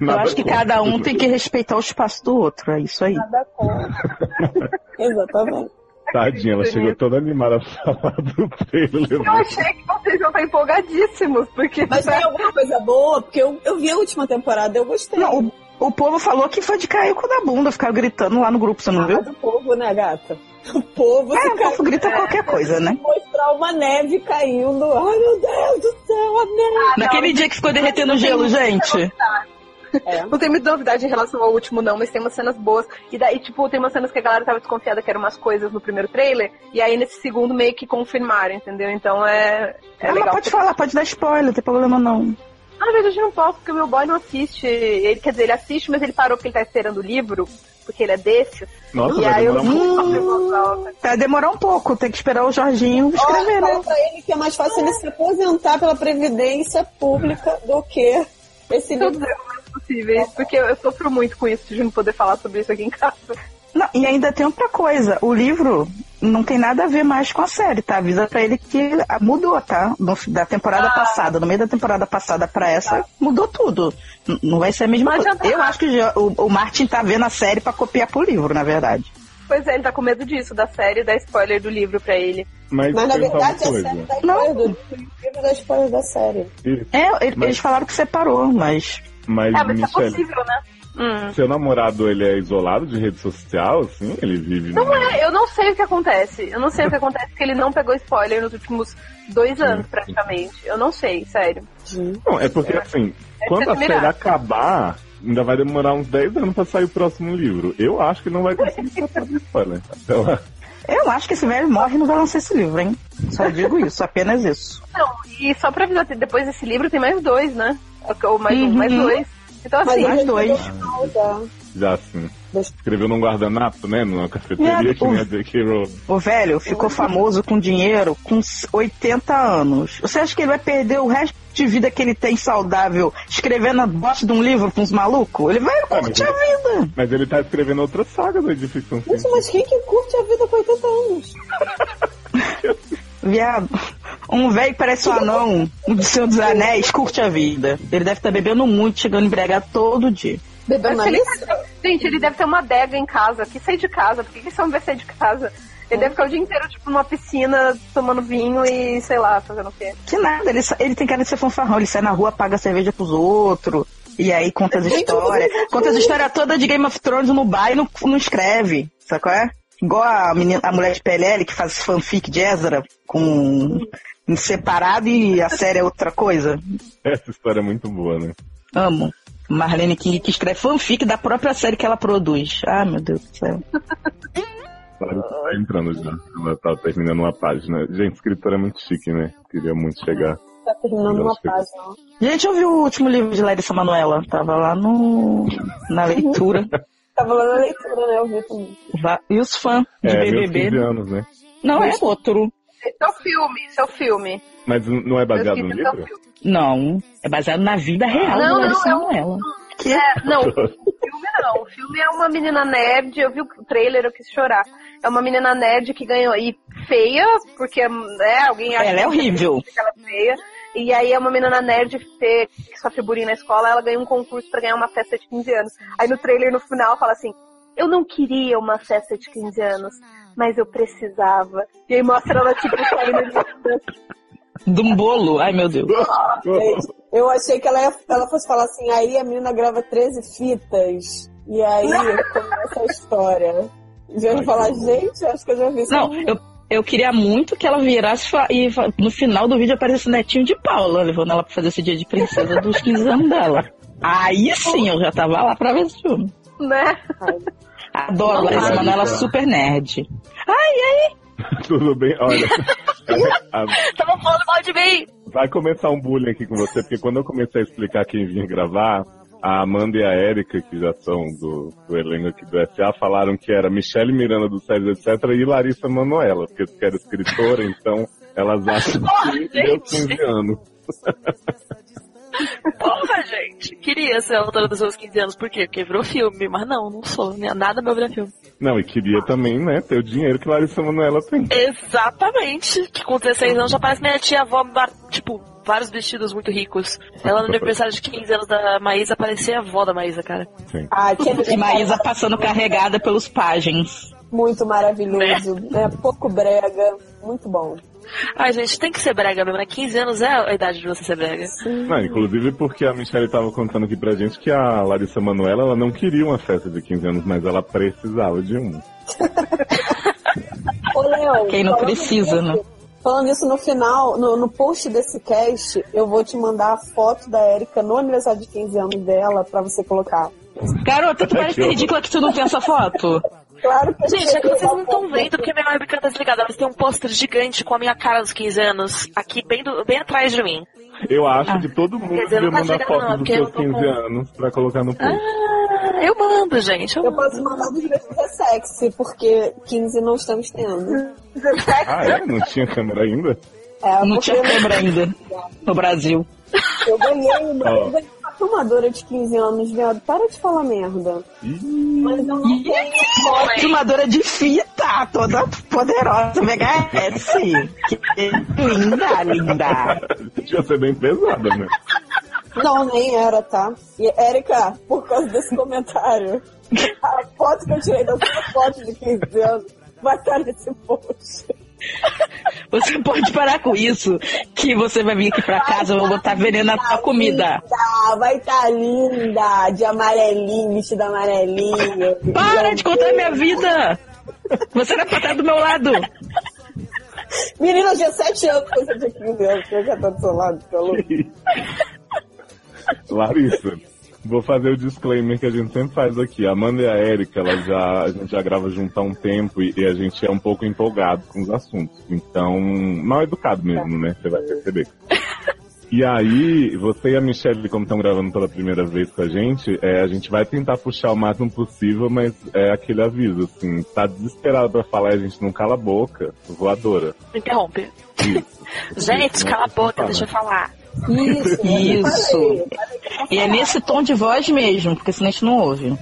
S3: Eu
S4: nada
S3: acho que
S4: contra.
S3: cada um tem que respeitar o espaço do outro. É isso aí.
S6: nada contra. Exatamente.
S4: Tadinha, ela chegou toda animada a falar do trailer. né?
S11: Eu achei que vocês vão estar empolgadíssimos, porque... tipo,
S6: Mas tem alguma coisa boa, porque eu, eu vi a última temporada, eu gostei.
S3: Não, o, o povo falou que foi de cair com da bunda, ficar gritando lá no grupo, você não viu?
S6: Ah, do povo, né, gata? O povo
S3: É,
S6: se
S3: o povo grita qualquer coisa, né?
S6: mostrar uma neve caindo. Ai, meu Deus do céu, a neve!
S3: Naquele dia que ficou derretendo gelo, gente.
S11: Não tem muita novidade em relação ao último, não, mas tem umas cenas boas. E daí, tipo, tem umas cenas que a galera tava desconfiada que eram umas coisas no primeiro trailer, e aí nesse segundo meio que confirmaram, entendeu? Então é. É
S3: Ela
S11: legal.
S3: pode falar, pode dar spoiler, não tem problema não.
S11: Ah, Na verdade, eu não posso, porque o meu boy não assiste. Ele, quer dizer, ele assiste, mas ele parou porque ele tá esperando o livro, porque ele é desses.
S4: Nossa,
S11: e
S4: vai
S11: aí eu
S4: demorar muito.
S3: Vai demorar um pouco, tem que esperar o Jorginho escrever, né?
S6: Fala pra ele que é mais fácil ele se aposentar pela Previdência Pública do que esse
S11: todos
S6: livro.
S11: os possíveis, porque eu, eu sofro muito com isso de não poder falar sobre isso aqui em casa.
S3: Não, e ainda tem outra coisa, o livro não tem nada a ver mais com a série, tá? Avisa pra ele que ah, mudou, tá? No- da temporada passada, no meio da temporada passada pra essa, mudou tudo. N- não vai ser a mesma
S11: Mas
S3: coisa.
S11: já tá.
S3: Eu acho que já- o, o Martin tá vendo a série pra copiar pro livro, na verdade.
S11: Pois é, ele tá com medo disso, da série, da spoiler do livro pra ele.
S4: Mas,
S6: Mas na
S4: pensa uma
S6: verdade, é a
S4: coisa.
S6: série da
S3: Não.
S6: história do livro da história da série.
S4: Isso,
S3: É, ele-
S4: Mas-
S3: eles falaram que separou, Ah, mas tá
S4: Mas,
S11: É, mas isso é
S4: Michelle,
S11: possível, né? Hum.
S4: seu namorado ele é isolado de rede social, assim? Ele vive. Não é.
S11: Eu não sei o que acontece. Eu não sei o que acontece porque ele não pegou spoiler nos últimos dois anos, praticamente. Eu não sei, sério.
S4: Não, é porque assim, quando a
S11: admirável.
S4: série acabar, ainda vai demorar uns 10 anos pra sair o próximo livro. Eu acho que não vai conseguir tratar de spoiler. Então, Até lá.
S3: Eu acho que esse velho morre e não vai lançar esse livro, hein? Só digo isso, apenas isso.
S11: Não, e só pra avisar, depois desse livro tem mais dois, né? Ou mais um,
S3: Uhum.
S11: mais dois. Então,
S3: Mas
S11: assim,
S3: mais
S6: é
S3: dois.
S4: Já assim. Escreveu num guardanapo, né? Numa cafeteria
S3: É,
S4: que nem a J.K. Rowling.
S3: O velho ficou famoso com dinheiro com 80 anos. Você acha que ele vai perder o resto de vida que ele tem saudável escrevendo a bosta de um livro com uns malucos? Ele vai curtir a vida.
S4: Ah, Mas ele tá escrevendo outra saga do Edificam
S6: Nossa, mas quem que curte a vida com 80 anos?
S3: Viado. Um velho que parece um anão, um do Senhor dos Anéis, curte a vida. Ele deve estar bebendo muito, chegando embriagado todo dia.
S6: Bebeu
S11: Mas
S6: na
S11: se ele
S6: lista?
S11: gente, ele deve ter uma adega em casa. Que sai de casa? Por que que esse homem vai sair de casa? Ele deve ficar o dia inteiro, tipo, numa piscina, tomando vinho e, sei lá, fazendo o quê.
S3: Que nada, ele, sa- ele tem cara de ser fanfarrão, ele sai na rua, paga cerveja pros outros, e aí conta as histórias. Conta as histórias todas de Game of Thrones no bar e não, não escreve, sabe qual é? Igual a, menina, a mulher de PLL que faz fanfic de Ezra com em separado e a série é outra coisa.
S4: Essa história é muito boa, né?
S3: Amo. Marlene King que escreve fanfic da própria série que ela produz. Ah, meu Deus do céu.
S4: Claro que tá entrando já. Ela tá terminando uma página. Gente, escritora é muito chique, né? Queria muito chegar.
S6: Tá terminando uma
S4: Nossa,
S6: página.
S3: Gente, eu vi o último livro de Larissa Manoela. Tava lá no, na leitura.
S6: Tava lá na leitura, né? Eu vi também.
S3: Va- E os fãs de
S4: É, meus
S3: BBB.
S4: 15 anos, né?
S3: Não, é outro.
S11: Esse é o filme, esse é o filme.
S4: Mas não é baseado
S11: Eu
S4: no
S11: esqueci,
S4: livro?
S3: Não, é baseado na vida real assim,
S11: Não,
S3: da
S11: não,
S3: Larissa
S11: é um-
S3: Manoela.
S11: Que? É, não, o filme não. O filme é uma menina nerd, eu vi o trailer, eu quis chorar. É uma menina nerd que ganhou e feia, porque né, alguém acha
S3: Ela é horrível.
S11: que ela é feia. E aí é uma menina nerd fe- que sofre bullying na escola, ela ganhou um concurso pra ganhar uma festa de 15 anos. Aí no trailer, no final, fala assim, eu não queria uma festa de 15 anos, mas eu precisava. E aí mostra ela, tipo, saindo de-
S3: De um bolo. Ai, meu Deus.
S6: Gente, É, Eu achei que ela, ia, ela fosse falar assim, aí a menina grava 13 fitas e aí começa a história. Já ia falar, gente, acho que eu já vi isso.
S3: Não, eu, eu queria muito que ela virasse fa- e fa- no final do vídeo aparecesse o netinho de Paula, levando ela pra fazer esse dia de princesa dos 15 anos dela. Aí sim, eu já tava lá pra ver esse filme.
S11: né?
S3: Adoro Larissa Manoela, super nerd.
S4: Tudo bem? Olha. a-
S11: Tava falando mal de mim!
S4: Vai começar um bullying aqui com você, porque quando eu comecei a explicar quem vinha gravar, a Amanda e a Érica, que já são do, do elenco aqui do SA, falaram que era Michelle Miranda do César, etc., e Larissa Manoela, porque que era escritora, então elas acham que deu 15 anos.
S9: Porra, gente. Queria ser a autora dos seus 15 anos. Por quê? Porque virou filme. Mas não, não sou. né? Nada meu vira filme.
S4: Não, e queria também, né, ter o dinheiro que Larissa Manoela tem.
S9: Exatamente. Que com 16 anos já parece minha tia-avó. bar- Tipo, vários vestidos muito ricos. Ela no aniversário de 15 anos da Maísa parecia a avó da Maísa, cara.
S6: Ah, aquele
S3: E Maísa passando carregada pelos pagens.
S6: muito maravilhoso, né? Pouco brega, muito bom.
S9: Ai, gente, tem que ser brega mesmo, né? 15 anos é a idade de você ser brega.
S4: Não, inclusive porque a Michelle estava contando aqui pra gente que a Larissa Manoela ela não queria uma festa de 15 anos, mas ela precisava de um. uma.
S6: Ô, Léo,
S3: Quem não
S6: falando
S3: precisa, né?
S6: nisso- Falando isso no final, no, no post desse cast, eu vou te mandar a foto da Érica no aniversário de 15 anos dela pra você colocar.
S3: Garota, tu parece ridícula que tu não tem essa foto.
S6: Claro que eu
S9: Gente,
S6: sei
S9: é que vocês
S6: que eu
S9: não estão vendo porque minha webcam tá desligada, mas tem um pôster gigante com a minha cara dos 15 anos aqui bem, do- bem atrás de mim.
S4: Eu acho que todo mundo
S9: quer dizer,
S4: devia
S9: não tá
S4: mandar
S9: chegando,
S4: foto
S9: não,
S4: dos
S9: porque eu
S4: seus
S9: tô com-
S4: 15 anos pra colocar no post.
S9: Ah, eu mando, gente. Eu
S6: Eu
S9: mando.
S6: posso mandar dos meus 17, é porque 15 não estamos tendo.
S4: Ah, é? Não tinha câmera ainda?
S6: É,
S3: Não
S6: porque
S3: tinha câmera ainda no Brasil.
S6: eu ganhei uma,
S4: Ó.
S6: eu ganhei uma filmadora de 15 anos, viado. Para de falar merda.
S4: Ih,
S6: Mas eu não tenho
S3: Filmadora de fita, toda poderosa, VHS. Que linda, linda.
S4: Devia ser bem pesada, né?
S6: Não, nem era, tá? E, Érica, por causa desse comentário, a foto que eu tirei da sua foto de 15 anos vai estar nesse post.
S3: Você pode parar com isso, que você vai vir aqui pra casa, eu vou botar veneno na tua comida.
S6: Tá, vai estar linda, de amarelinho, vestida amarelinha.
S3: Para de contar minha vida! Você era pra estar do meu lado.
S6: Menina, eu tinha 7 anos quando você tinha 15 anos, eu já tá do seu lado, tá louco?
S4: Larissa, Vou fazer o disclaimer que a gente sempre faz aqui. A Amanda e a Erika, elas já, a gente já grava junto há um tempo e, e a gente é um pouco empolgado com os assuntos. Então, mal educado mesmo, né? Você vai perceber. E aí, você e a Michelle, como estão gravando pela primeira vez com a gente, é, a gente vai tentar puxar o máximo possível, mas é aquele aviso, assim, tá desesperado pra falar e a gente não cala a boca, voadora.
S9: Interrompe. Gente, cala a boca, deixa eu falar.
S3: Isso. Isso. E é nesse tom de voz mesmo, porque senão a gente não ouve.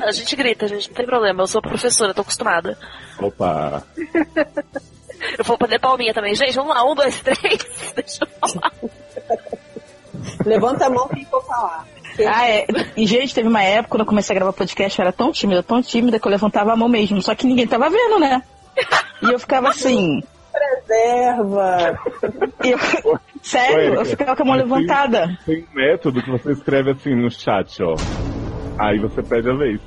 S9: A gente grita, a gente não tem problema. Eu sou professora, tô acostumada.
S4: Opa!
S9: Eu vou poder palminha também. Gente, vamos lá, um, dois, três. Deixa eu falar.
S6: Levanta a mão quem for falar.
S3: Ah, é. E, gente, teve uma época quando eu comecei a gravar podcast, eu era tão tímida, tão tímida, que eu levantava a mão mesmo. Só que ninguém tava vendo, né? E eu ficava assim.
S6: Preserva.
S3: E eu- sério,
S4: Ué,
S3: eu ficava com a mão
S4: mas tem-
S3: levantada.
S4: Tem um método que você escreve assim no chat, ó. Aí você pede a vez.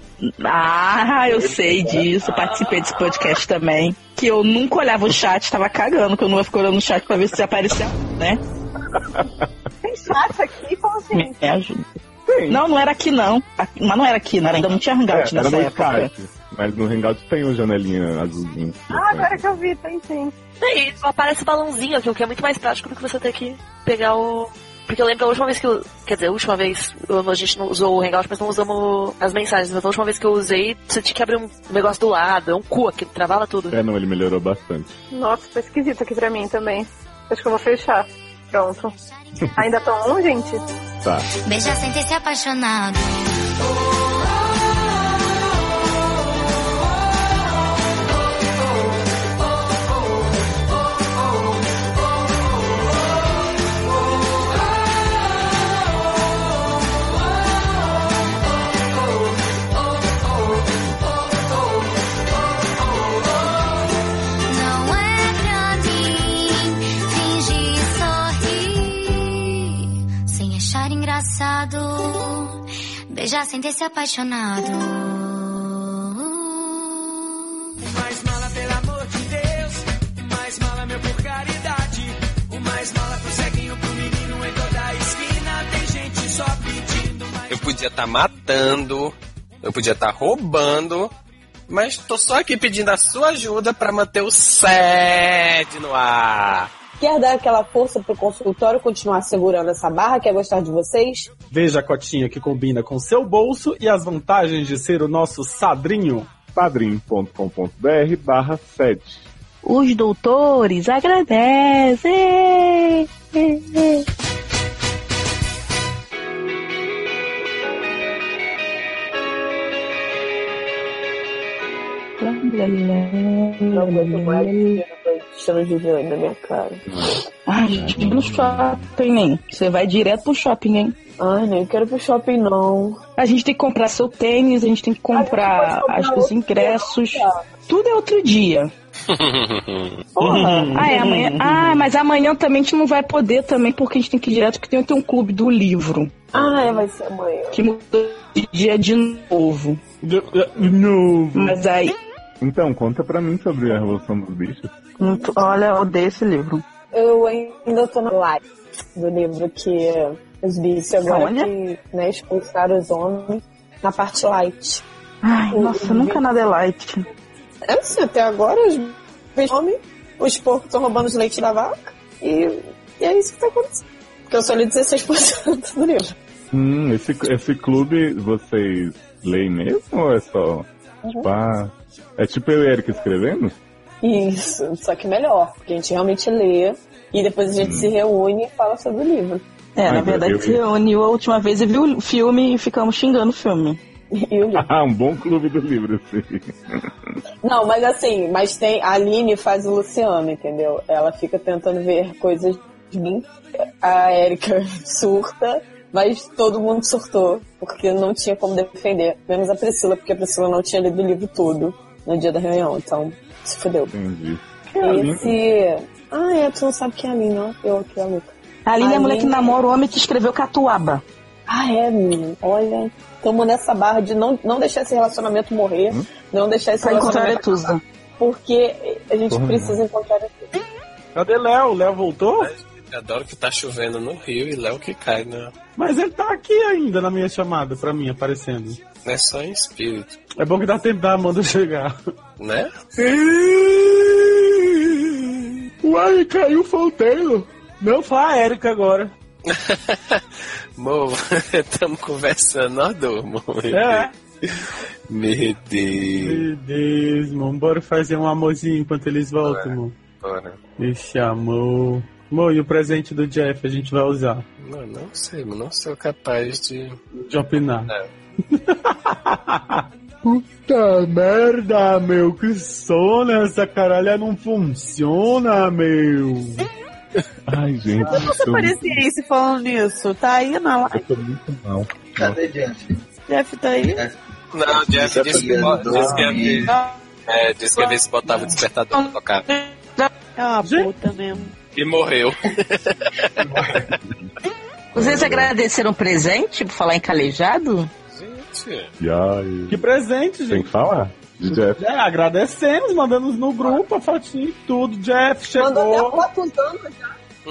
S3: Ah, eu sei
S4: assim.
S3: disso, participei desse podcast também. Que eu nunca olhava o chat, tava cagando, que eu não ia ficar olhando o chat pra ver se aparecia, né?
S11: Tem chat aqui, fala assim.
S3: Me ajuda. Não, não era aqui não. Aqui- Mas não era aqui, não era, ainda não tinha hangout
S4: É, era
S3: nessa
S4: no
S3: época.
S4: Skype, mas no Hangout tem o janelinha azulzinho.
S11: Ah, agora que eu vi, tem sim.
S9: Aí só aparece o balãozinho aqui, o que é muito mais prático do que você ter que pegar o. Porque eu lembro a última vez que eu. Quer dizer, a última vez eu- a gente não usou o Hangout, mas não usamos as mensagens. Mas a última vez que eu usei, você tinha que abrir um negócio do lado, é um cu aqui, travava tudo.
S4: É, não, ele melhorou bastante.
S11: Nossa, tá esquisito aqui pra mim também. Acho que eu vou fechar. Pronto. Ainda tão um, gente?
S4: Tá.
S1: Beija sem ter se apaixonado. Não é pra mim fingir sorrir sem achar engraçado. Beijar sem ter se apaixonado.
S12: Mais mala, pelo amor de Deus. Mais mala, é meu por caridade. O mais mala pro ceguinho, pro menino em toda a esquina. Tem gente só pedindo.
S7: Eu podia estar matando, eu podia estar roubando, mas tô só aqui pedindo a sua ajuda pra manter o sede no ar.
S6: Quer dar aquela força pro consultório continuar segurando essa barra? Quer gostar de vocês?
S8: Veja a cotinha que combina com seu bolso e as vantagens de ser o nosso sadrinho.
S4: padrim.com.br barra 7.
S3: Os doutores agradecem.
S6: Não aguento mais Cristiano Juliano na minha cara.
S3: Ai, gente, no shopping, hein? Você vai direto pro shopping, hein?
S6: Ai, nem quero pro shopping, não.
S3: A gente tem que comprar seu tênis, a gente tem que comprar, acho que os ingressos. Tudo é outro dia. Porra.
S8: Uhum.
S3: Ah, é, amanhã. Ah, mas amanhã também a gente não vai poder também, porque a gente tem que ir direto, porque tem, tem um clube do livro.
S6: Ah, é, vai ser amanhã.
S3: Que mudou de dia de novo.
S8: Uhum.
S4: Novo.
S3: Mas aí.
S4: Então, conta pra mim sobre a Revolução dos Bichos.
S3: Muito- Olha, eu odeio esse livro.
S6: Eu ainda tô na live do livro que os bichos agora
S3: Olha.
S6: que né, expulsaram os homens na parte light.
S3: Ai, nossa, nunca nada é light.
S6: Eu não sei, É até agora os bichos homens, os porcos estão roubando os leite da vaca e, e é isso que tá acontecendo. Porque eu só li 16% do livro.
S4: Hum, esse, esse clube vocês leem mesmo ou é só.
S13: Uhum.
S4: Tipo, ah, é tipo eu e Eric escrevendo?
S6: Isso, só que melhor, porque a gente realmente lê e depois a gente se reúne e fala sobre o livro.
S3: É,
S4: Ai,
S3: na
S4: meu
S3: verdade
S4: Deus.
S3: se reuniu a última vez e viu o filme e ficamos xingando o filme.
S6: E o livro.
S4: Ah, um bom clube do livro, sim.
S6: Não, mas assim, mas tem. A Aline faz o Luciano, entendeu? Ela fica tentando ver coisas de mim. A Erika surta, mas todo mundo surtou, porque não tinha como defender. Menos a Priscila, porque a Priscila não tinha lido o livro todo no dia da reunião, então se fudeu.
S4: Entendi.
S3: é, né?
S6: Esse. Ah, é, tu não sabe quem é a Aline, ó. Eu aqui, a Luca.
S3: A Aline é a mulher que namora o homem que escreveu Catuaba.
S6: Ah, é, menino. Olha, tamo nessa barra de não, não deixar esse relacionamento morrer, não deixar esse
S3: Hum? Pra encontrar né? a
S6: relacionamento.
S3: Letusa.
S6: Porque a gente
S8: Porra,
S6: precisa encontrar a Letusa.
S8: Cadê Léo? Léo voltou?
S7: Eu adoro que tá chovendo no Rio e Léo que cai, né?
S8: Mas ele tá aqui ainda na minha chamada, pra mim, aparecendo.
S7: Não é só em espírito,
S8: É bom que dá tempo da Amanda chegar.
S7: né?
S8: Uai, caiu o fonteiro. Não, fala a Érica agora.
S7: Mo, estamos conversando, nós dois, mo.
S8: É.
S7: Meu Deus.
S8: Meu Deus, mano. Bora fazer um amorzinho enquanto eles voltam, mano.
S7: Bora.
S8: Esse amor. Mô, e o presente do Jeff a gente vai usar?
S7: Não, não sei, mas não sou capaz de.
S8: De opinar.
S7: É.
S8: Puta merda, meu. Que sono essa caralha não funciona, meu.
S4: Ai, gente.
S13: Como você parecia isso falando nisso? Tá aí na live?
S4: Tô muito mal.
S14: Cadê Jeff?
S13: Jeff tá aí?
S7: Não, Jeff disse que,
S14: Despertador.
S7: disse que a vez. É, disse que a vez botava o despertador pra tocar.
S13: É uma puta mesmo.
S7: E morreu.
S3: Vocês agradeceram o presente por falar em calejado?
S4: E aí?
S8: Que presente,
S4: Tem
S8: gente.
S4: que falar. De Jeff.
S8: É, agradecemos, mandamos no grupo a fotinha e tudo. Jeff chegou.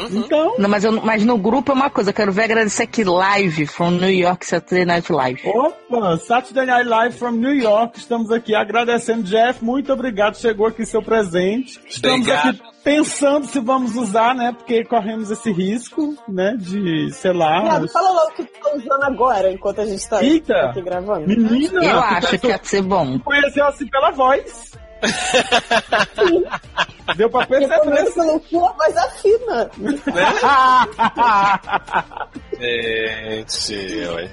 S8: Então.
S3: Não, mas, eu, mas no grupo é uma coisa, eu quero ver agradecer aqui live, from New York Saturday Night Live.
S8: Opa, Saturday Night Live from New York. Estamos aqui agradecendo, Jeff. Muito obrigado. Chegou aqui seu presente. Estamos
S7: Obrigado.
S8: aqui pensando se vamos usar, né? Porque corremos esse risco, né? De, sei lá.
S6: Viado, fala logo o que tu tá usando agora, enquanto a gente tá
S8: Eita!
S6: aqui gravando.
S8: Menina!
S3: eu acho que ia ser bom.
S8: Conheceu assim pela voz. Deu pra perceber.
S6: Eu começo pelo cu, a voz afina.
S7: Gente, olha.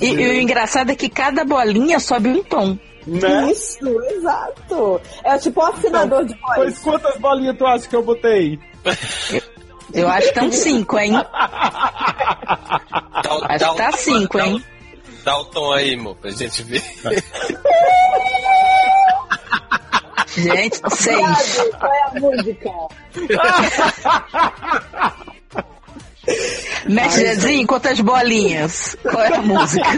S3: E, e o engraçado é que cada bolinha sobe um tom.
S8: Né?
S6: Isso, exato. É tipo um afinador de voz.
S8: Pois quantas bolinhas tu acha que eu botei?
S3: Eu acho que tá um 5, hein?
S7: Dá, o-
S3: Acho
S7: dá um
S3: que tá
S7: o-
S3: 5,
S7: dá o-
S3: hein?
S7: Dá o tom aí, mo, pra gente ver.
S3: Gente, 6.
S6: Viado, qual é a música?
S3: Mestre Zezinho, quantas bolinhas? Qual é a música?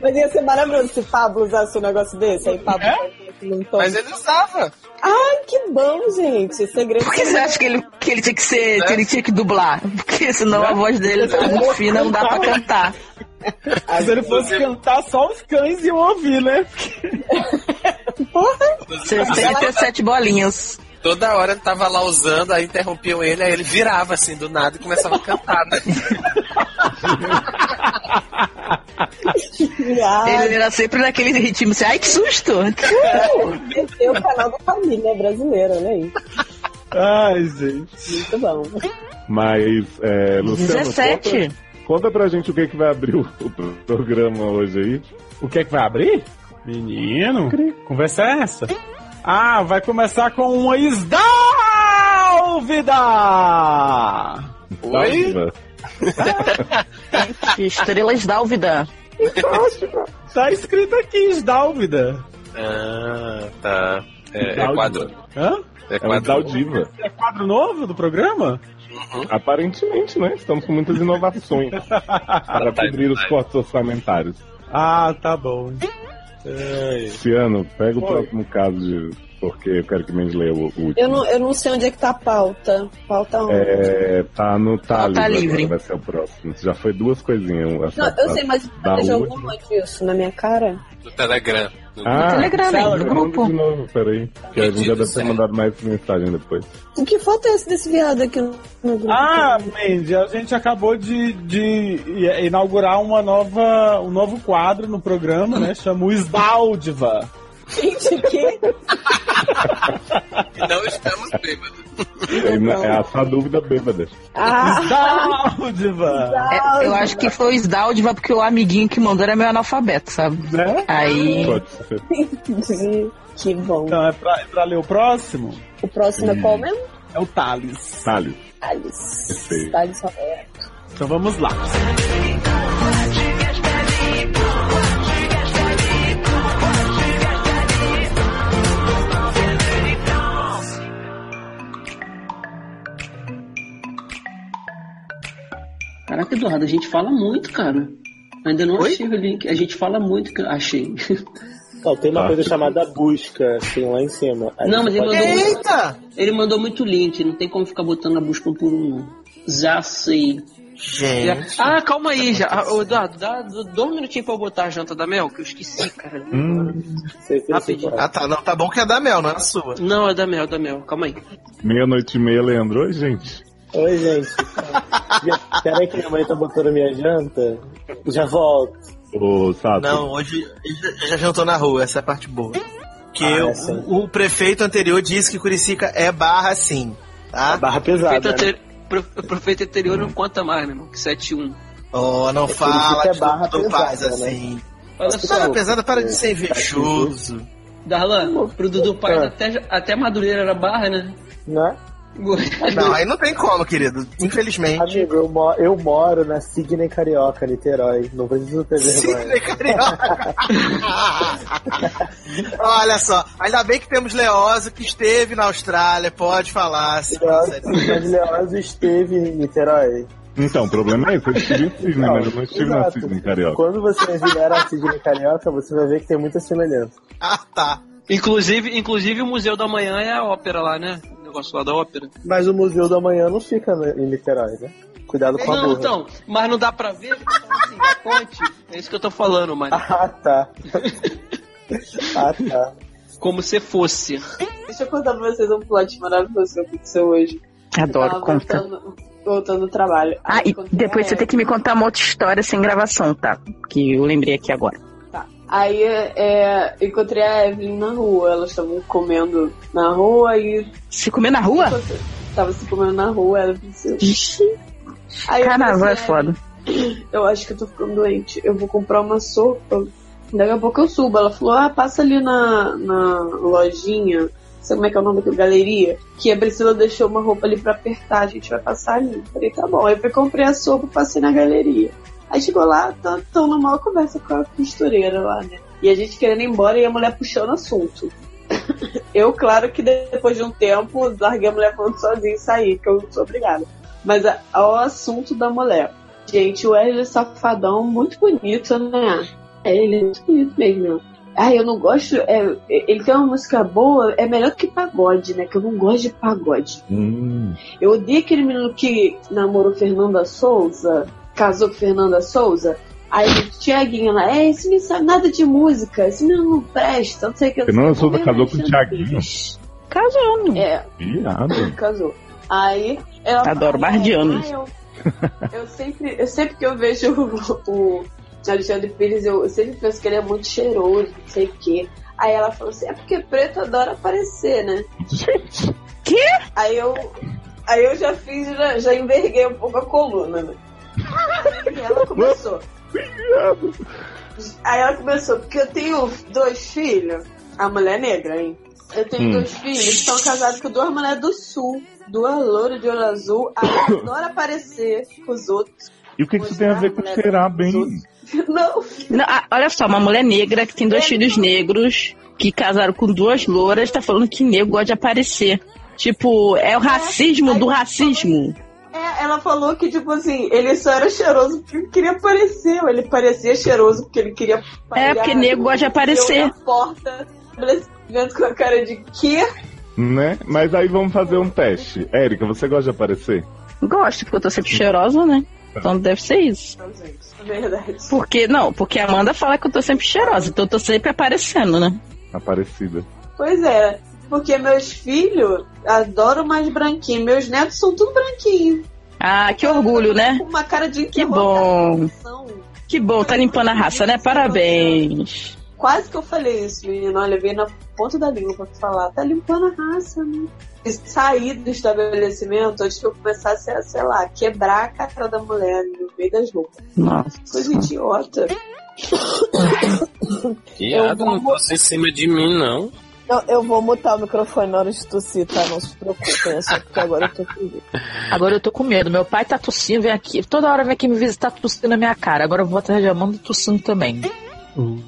S6: Mas ia ser maravilhoso se Pablo usasse um negócio desse. Aí Pablo fazia um tom.
S3: é-
S7: Mas ele usava.
S6: Ai, que bom, gente. Segredo. é
S3: Por que você acha que ele, que ele tinha que ser, que ele tinha que dublar? Porque senão a voz dele tá muito fina, não dá pra cantar.
S8: Se ele fosse cantar, só os cães iam ouvir, né?
S3: Você tem que ter sete bolinhas.
S7: Toda hora ele tava lá usando, aí interrompiam ele, aí ele virava assim do nada e começava a cantar, né?
S3: Ele era sempre naquele ritmo assim, ai que susto!
S6: Esse é o canal da família brasileira, né?
S8: Ai, gente.
S6: Muito bom.
S4: Mas, é, Luciano,
S3: 17.
S4: Conta, conta pra gente o que, que vai abrir o, o programa hoje aí.
S8: O que é que vai abrir? Menino, conversa é essa? Ah, vai começar com uma esdálvida!
S7: Oi?
S4: Salva.
S3: Estrelas dálvida.
S8: Tá escrito aqui, esdálvida.
S7: Ah, tá. É, é
S4: Dáldiva.
S7: quadro.
S8: Hã?
S7: É
S4: É o
S7: quadro.
S4: Daldiva.
S8: É quadro novo do programa?
S4: Aparentemente, né? Estamos com muitas inovações para cobrir os cortes orçamentários.
S8: Ah, tá bom.
S4: Luciano, pega o
S8: Oi.
S4: próximo caso de. Porque eu quero que Mendes leia o, o último.
S6: Eu não, eu não sei onde é que tá a pauta. Pauta onde?
S4: É, tá no tá,
S3: Ela tá
S4: livre,
S3: livre.
S4: agora, vai ser o próximo. Já foi duas coisinhas. essa-
S6: Não, eu sei, mas eu
S4: Da
S6: vejo
S4: onde?
S6: alguma disso na minha cara.
S7: Do Telegram.
S4: Ah,
S3: Telegram,
S4: fala,
S3: hein, no
S4: manda
S3: grupo.
S4: De novo, peraí. Que a gente já deve ter mandado mais mensagem depois.
S6: O que falta é esse desse viado aqui no no grupo?
S8: Ah, Mandy, a gente acabou de, de inaugurar uma nova, um novo quadro no programa, né? Chama o Esdáldiva.
S6: Gente, o quê?
S7: E não estamos bêbados.
S4: É, na- é essa a dúvida bêbada.
S6: Ah,
S8: Esdáldiva!
S3: É, eu acho que foi o Sdáldiva porque o amiguinho que mandou era meu analfabeto, sabe?
S8: Né?
S3: Aí.
S4: Pode ser.
S6: entendi. Que bom.
S8: Então, é pra, é pra ler o próximo?
S6: O próximo é qual mesmo?
S8: É o Thales.
S4: Salles.
S6: Thales.
S4: Perfeito.
S6: Thales Roberto.
S8: Então vamos lá.
S13: Caraca, Eduardo, a gente fala muito, cara. Ainda não
S7: Oi?
S13: achei o link. A gente fala muito, que- achei.
S8: Não, tem uma
S4: Ah,
S8: coisa
S4: que-
S8: chamada busca, assim, lá em cima. Aí
S9: Não, mas
S8: você
S9: ele mandou,
S8: pode-
S9: muito, ele mandou muito link, não tem como ficar botando a busca um por um. não. Já sei.
S7: Gente.
S9: Já- Ah, calma aí, já. Ah, ô, Eduardo, dá, dá dá um minutinho pra eu botar a janta da Mel, que eu esqueci, cara.
S4: Hum,
S9: um Rapidinho.
S7: Ah tá, não, tá bom que é da Mel, não é a sua.
S9: Não, é da Mel, é da Mel, calma aí.
S4: Meia-noite e meia, Leandro. Oi, gente.
S8: Oi, gente. Será que minha mãe tá botando minha janta? Já volto.
S4: Ô, Sato.
S7: Não, hoje ele já jantou na rua, essa é a parte boa. Que
S8: Ah,
S7: eu-
S8: essa aí.
S7: o, o prefeito anterior disse que Curicica é barra sim. Tá? barra
S8: né?
S9: Prefeito, anteri- pro- prefeito anterior não conta mais, meu irmão, que 7-1.
S7: Oh, não fala
S9: Curicica é
S7: que
S9: barra
S7: não faz
S9: pesada, né?
S7: assim.
S9: Olha
S7: Olha
S9: só.
S7: só, pesada, para de ser invejoso.
S9: Darlan, pro Dudu Paes até, até Madureira era barra, né?
S8: Né?
S7: Não, aí não tem como, querido. Infelizmente.
S8: Amigo, eu, mo- eu moro na Sidney Carioca, Niterói. Não preciso ter vergonha.
S7: Sidney Carioca. Olha só, ainda bem que temos Leózio que esteve na Austrália, pode falar. se quiser.
S8: Mas Leoz esteve em Niterói.
S4: Então, o problema é esse. Eu estive em Cisne,
S8: Não,
S4: mas eu não estive na
S8: exato.
S4: Cisne, Carioca.
S8: Quando você vier a Sidney Carioca, você vai ver que tem muita semelhança.
S9: Ah, tá. Inclusive, inclusive o Museu da Manhã é a ópera lá, né? O negócio lá da ópera.
S8: Mas o Museu da Manhã não fica né, em Niterói, né? Cuidado com a
S9: Não,
S8: burra.
S9: então, mas não dá pra ver, então, assim, a ponte, é isso que eu tô falando, mano.
S8: Ah, tá. Ah, tá.
S9: Como se fosse.
S6: Deixa eu contar pra vocês um plot maravilhoso que aconteceu hoje.
S3: Adoro,
S6: eu tava
S3: conta.
S6: Voltando, voltando do trabalho.
S3: Ah, e depois
S6: é
S3: você tem que me contar uma outra história sem gravação, tá? Que eu lembrei aqui agora.
S6: Aí é, encontrei a Evelyn na rua, elas estavam comendo na rua e.
S3: Se comer na rua?
S6: Tava se comendo na rua, ela pensou.
S3: Ixi.
S6: Aí eu assim,
S3: Carnaval é
S6: pensei,
S3: foda.
S6: Eu acho que eu tô ficando doente. Eu vou comprar uma sopa. Daqui a pouco eu subo. Ela falou: Ah, passa ali na, na lojinha. Não sei como é que é o nome da galeria. Que a Priscila deixou uma roupa ali pra apertar. A gente vai passar ali. Falei: Tá bom. Aí eu fui, comprei a sopa e passei na galeria. Aí chegou lá, tá- tão na maior conversa com a costureira lá, né? E a gente querendo ir embora e a mulher puxando assunto. Eu, claro que depois de um tempo, larguei a mulher falando sozinha e saí, que eu não sou obrigada. Mas a- ao assunto da mulher. Gente, o Wesley é Safadão, muito bonito, né? É, Ele é muito bonito mesmo. Ah, eu não gosto. é, ele tem uma música boa, é melhor que pagode, né? Que eu não gosto de pagode.
S4: Hum.
S6: Eu odeio aquele menino que namorou Fernanda Souza, casou com Fernanda Souza. Aí o Tiaguinho lá, é, esse não sabe nada de música, esse menino não presta, não sei o que.
S4: Fernanda
S6: não sei o
S4: Souza
S6: que.
S4: casou com o Thiaguinho.
S6: Casou, É.
S4: Viado.
S6: Casou. Aí ela
S3: Adoro bardianos.
S6: Ah, eu, eu sempre, eu sempre que eu vejo o, o Alexandre Pires, eu, eu sempre penso que ele é muito cheiroso, não sei o quê. Aí ela falou assim, é porque preto adora aparecer, né?
S3: Que?
S6: Aí eu, aí eu já fiz, já, já enverguei um pouco a coluna, né? E ela começou. Aí ela começou, porque eu tenho dois filhos, a mulher negra, hein? Eu tenho
S15: Hum.
S6: dois filhos que estão casados com duas mulheres do sul, duas louras de olho azul, a mulher adora aparecer com os outros.
S4: E o que, que isso tem a ver com
S8: né?
S4: cheirar bem?
S6: Não.
S3: Não, ah, olha só, uma mulher negra que tem dois filhos negros, que casaram com duas louras, tá falando que negro gosta de aparecer. Tipo, é o racismo do racismo.
S6: É, ela falou que, tipo assim, ele só era cheiroso porque ele queria aparecer, ou ele parecia cheiroso porque ele queria
S3: É, porque nego gosta de aparecer.
S6: Na porta, estabelecimento com a cara de quê?
S4: Né? Mas aí vamos fazer um teste. Érica, você gosta de aparecer?
S3: Gosto, porque eu tô sempre cheirosa, né? Então deve ser isso.
S6: é Verdade.
S3: Porque, não, porque a Amanda fala que eu tô sempre cheirosa, então eu tô sempre aparecendo, né?
S4: Aparecida.
S6: Pois é, porque meus filhos adoram mais branquinho, meus netos são tudo branquinho.
S3: Ah, que orgulho, né?
S6: Uma cara de
S3: Que bom. Que bom, tá limpando a raça, né? Parabéns.
S6: Quase que eu falei isso, menino. Olha, veio na ponta da língua pra falar. Tá limpando a raça, né? E sair do estabelecimento antes que eu começasse a, sei lá, quebrar a cara da mulher no meio das roupas.
S3: Nossa.
S6: Coisa idiota.
S16: Viado, não posso em cima de mim, não.
S6: Eu, eu vou mutar o microfone na hora de tossir, tá? Não se preocupem, é só porque agora eu tô com medo.
S17: Agora eu tô com medo. Meu pai tá tossindo, vem aqui. Toda hora vem aqui me visitar tossindo na minha cara. Agora eu vou atrás de Amanda tossindo também.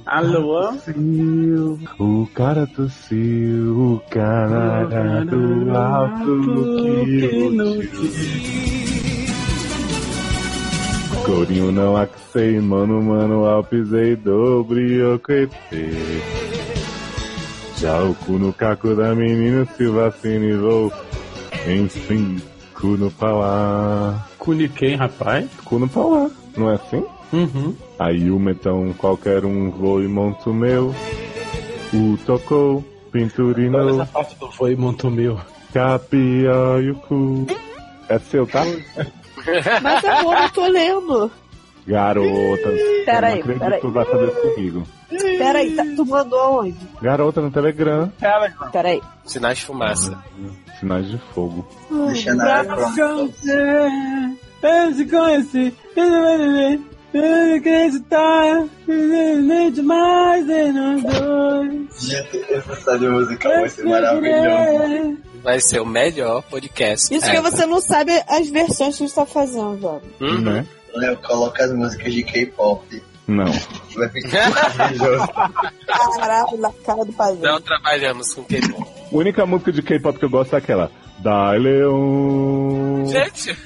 S4: Alô? O cara tossiu, o cara era do alto que no Corinho não axei, mano, mano, alpizei, dobre, oquetei. Tchau, cu no caco da menina se vacinizou. Enfim, cu no palá.
S8: Cu de quem, rapaz?
S4: Cu no palá, não é assim?
S8: Uhum.
S4: Aí o então qualquer um voe e monto meu. O tocou,
S8: Agora
S4: pinturino,
S8: essa parte do foi montou meu.
S4: capia e o cu. É seu, tá?
S18: Mas agora eu tô lendo.
S4: Garota,
S18: Pera
S4: eu
S18: aí,
S4: não acredito
S18: pera aí.
S4: que tu vai fazer isso comigo.
S18: Peraí, tá, tu mandou onde?
S4: Garota no Telegram, Uhum.
S18: Peraí.
S7: Sinais de fumaça.
S4: sinais de fogo.
S7: Deixa na água.
S6: É,
S8: Eu se conheci, eu não acredito, eu não acreditar, eu não demais em nós dois.
S19: Essa de né? musical vai ser maravilhosa.
S7: Vai ser o melhor podcast. É.
S6: Isso que
S7: ever.
S6: você não sabe as versões que a gente tá fazendo, velho.
S7: Uhum.
S19: Léo, coloca as músicas de K-pop.
S4: né? Não.
S19: Vai ficar maravilhoso.
S6: Caralho, na cara do pavê.
S7: Não trabalhamos com quem bom.
S4: A única música de K-pop que eu gosto é aquela. Dai Leon.
S7: Gente!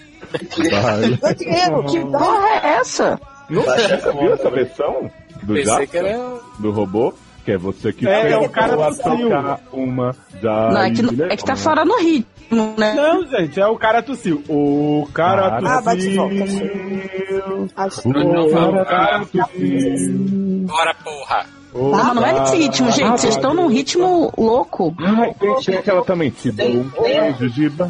S4: Dai Leon.
S3: Diego, que porra é essa?
S4: Nunca você viu essa versão do
S3: Pensei
S4: Jackson?
S3: que era-
S4: Do robô? Que é você que
S8: É, é o
S4: tentou
S8: cara do
S4: a
S8: fio.
S4: tocar uma Dai
S3: Não, é que, é que tá fora no ritmo,
S20: Tá.
S3: né?
S8: Não, gente, é o cara tossiu. O cara
S3: Ah, bate e
S8: tossiu.
S3: volta,
S8: O
S3: Não,
S8: cara tossiu.
S7: Bora, porra!
S3: mas não é nesse
S8: Ah,
S3: ritmo, gente.
S8: tá.
S3: Vocês estão num ritmo louco.
S4: Ai, tem, tem aquela também. Te dou um queijo de ban.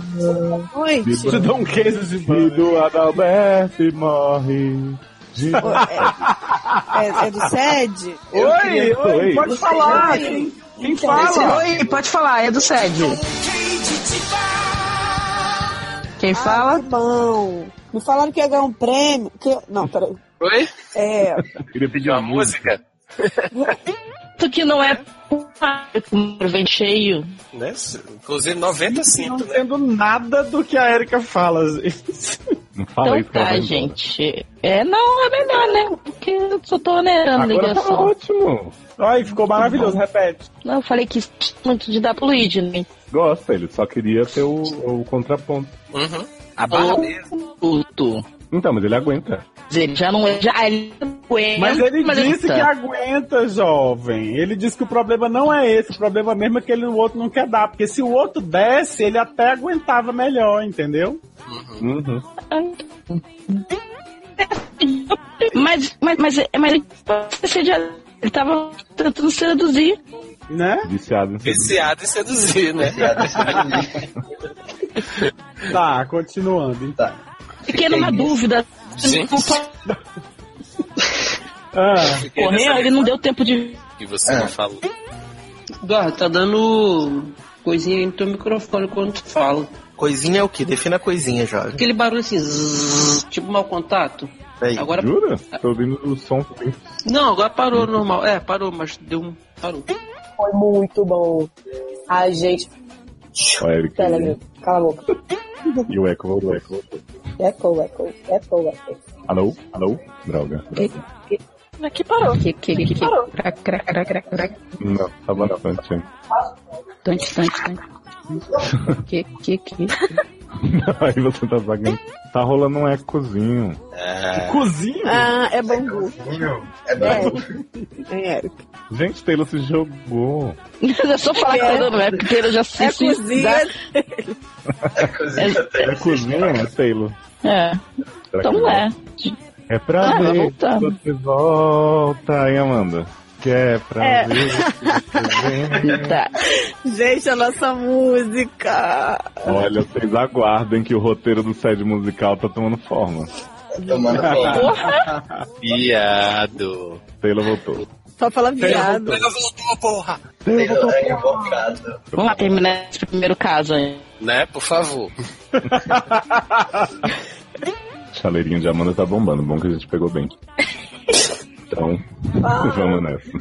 S8: Te dou um queijo de ban.
S4: E do Adalberto e morre. De...
S6: É, é do SED?
S8: Oi, oi, pode falar. Quem, quem fala?
S3: Oi, pode falar, é do SED.
S20: Ah,
S3: Quem
S6: fala? bom. Me falaram que ia ganhar um prêmio. Que... eu- Não, peraí.
S7: Oi?
S6: É.
S4: Queria pedir uma
S7: música.
S20: Tu que não é o vem cheio.
S7: Né? Inclusive 95,
S8: Não entendo nada do que a Erika fala, gente.
S4: Não
S20: Então tá, gente. É, não, é melhor, né? Porque eu só tô onerando a
S8: Agora tá
S20: ligação.
S4: ótimo.
S8: Ai, ficou maravilhoso, repete.
S20: Não, eu falei que muito de dar pro Luigi, né?
S4: Gosta, ele só queria ter o, o contraponto.
S7: Uhum. A barra mesmo.
S20: Puto.
S4: Então, mas ele aguenta.
S20: Mas Ele já não é. Já, ele não
S3: É,
S20: aguenta,
S8: Mas ele disse
S20: tá.
S8: que aguenta, jovem. Ele disse que o problema não é esse. O problema mesmo é que ele, o outro não quer dar. Porque se o outro desse, ele até aguentava melhor, entendeu?
S4: Uhum.
S20: Mas, mas, mas,
S3: é,
S20: mas ele, você já- ele tava tentando seduzir.
S8: Né?
S4: Viciado.
S7: Viciado em seduzir, né?
S8: Tá, continuando. Então.
S20: Fiquei numa dúvida.
S7: Gente.
S8: Ah,
S21: Correu, ele
S20: não deu tempo de.
S7: E você não falou.
S21: Eduardo, tá dando coisinha aí no teu microfone quando tu fala.
S19: Coisinha é o que? Defina a coisinha, jovem.
S21: Aquele barulho assim, zzz, tipo mau contato.
S19: Aí,
S21: Agora-
S4: Jura? Tô ouvindo o som.
S21: Não, agora parou normal. É, parou, mas deu um. Parou.
S22: Foi muito bom. Ai, gente.
S4: Olha, Eric.
S22: Pera, meu. Cala a boca.
S4: E o eco voltou. o eco voltou.
S22: Echo, echo, echo, echo.
S4: Alô? Alô? Droga.
S11: Aqui parou.
S20: Que, que, que, que.
S11: Parou.
S4: Não, tava na frente.
S20: Tante, tante, tante. Que, que, que.
S4: Aí você tá vagando. Tá rolando um ecozinho.
S8: Cozinho?
S6: Ah, é bambu.
S19: É
S6: É, é.
S4: Gente, Taylor se jogou.
S20: Eu só falar que eu não é, porque eu já sei
S6: É cozinha.
S4: É cozinho, né, Taylor?
S20: É.
S4: Será que
S20: Então é.
S4: É pra
S20: Ah, ela
S4: ver
S20: voltando.
S4: que você volta, hein, Amanda? Que é pra
S6: É.
S4: ver que você vem.
S6: Gente, a nossa música.
S4: Olha, vocês aguardem que o roteiro do sede musical tá tomando forma.
S19: Tomando
S4: forma.
S7: Viado.
S4: Taylor voltou.
S6: Só fala viado.
S7: voltou, porra.
S19: é invocado.
S20: Vamos lá terminar esse primeiro caso aí.
S7: Né? Por favor.
S4: Chaleirinho de Amanda tá bombando. Bom que a gente pegou bem. Então, vamos nessa.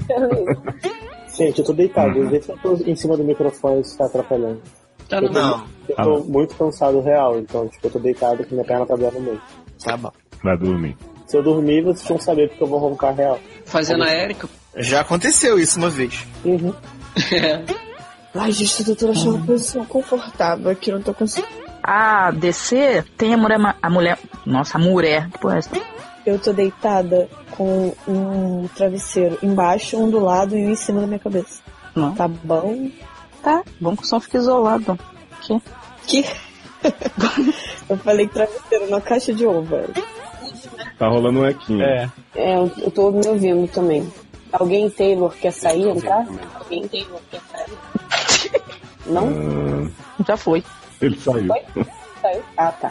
S9: Gente, eu tô deitado. Às vezes eu tô em cima do microfone isso tá atrapalhando.
S21: Tá
S9: eu tô,
S21: não.
S9: Eu
S4: Ah,
S9: tô
S4: não.
S9: muito cansado real, então, tipo, eu tô deitado que minha perna tá doendo muito.
S7: Tá bom.
S4: Vai dormir.
S9: Se eu dormir, vocês vão saber porque eu vou roncar real.
S21: Fazendo a Érica.
S19: Já aconteceu isso uma vez.
S9: Uhum.
S6: Ai, gente, eu tô tentando achar uma posição confortável aqui, não tô conseguindo.
S3: A DC tem a mulher. ma- A mulher nossa, a mulher. Que porra é essa?
S6: Eu tô deitada com um travesseiro embaixo, um do lado e um em cima da minha cabeça.
S2: Não.
S3: Tá bom. Tá. Bom que o som fica isolado. Que?
S13: Que? eu falei que travesseiro na caixa de ovo.
S4: Tá rolando um equinho.
S8: É.
S6: É, eu, eu tô me ouvindo também. Alguém Taylor quer sair, entrar? Alguém Taylor quer sair? Não?
S3: Já foi.
S4: Ele saiu.
S6: Saiu? Ah, tá.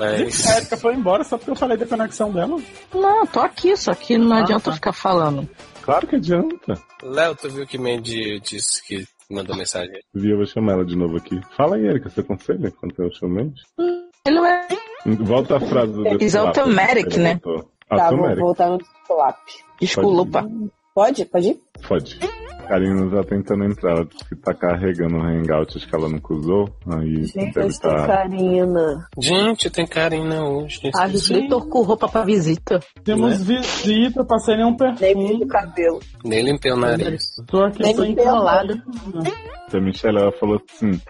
S7: É
S8: Gente, a Erika foi embora só porque eu falei da conexão dela.
S3: Não, tô aqui, só que não
S8: Ah,
S3: adianta
S8: tá.
S3: eu ficar falando.
S4: Claro que adianta.
S7: Léo, tu viu que Mandy disse que mandou mensagem?
S4: Vi, eu vou chamar ela de novo aqui. Fala aí, Erika, você aconselha quando eu chamo Mandy?
S3: Ele não é.
S4: Volta a frase do Ah,
S3: Is
S4: Desculpa.
S3: automatic, né?
S6: Tá, vou
S4: Automatic.
S6: voltar no Slap.
S4: Desculpa.
S6: Pode? Pode ir?
S4: Pode. Karina tá tentando entrar, ela disse que tá carregando o hangout, acho que ela nunca usou. Aí deve tá estar.
S6: Karina.
S7: Gente, tem Karina hoje.
S3: Ah, Vitor com roupa pra visita.
S8: Temos visita, passei nenhum perfume. Nem
S13: cabelo.
S7: Nem limpei o nariz.
S8: Tô aqui
S13: Nem
S8: sem
S13: limpei o lado.
S4: A Tá, Michelle ela falou assim: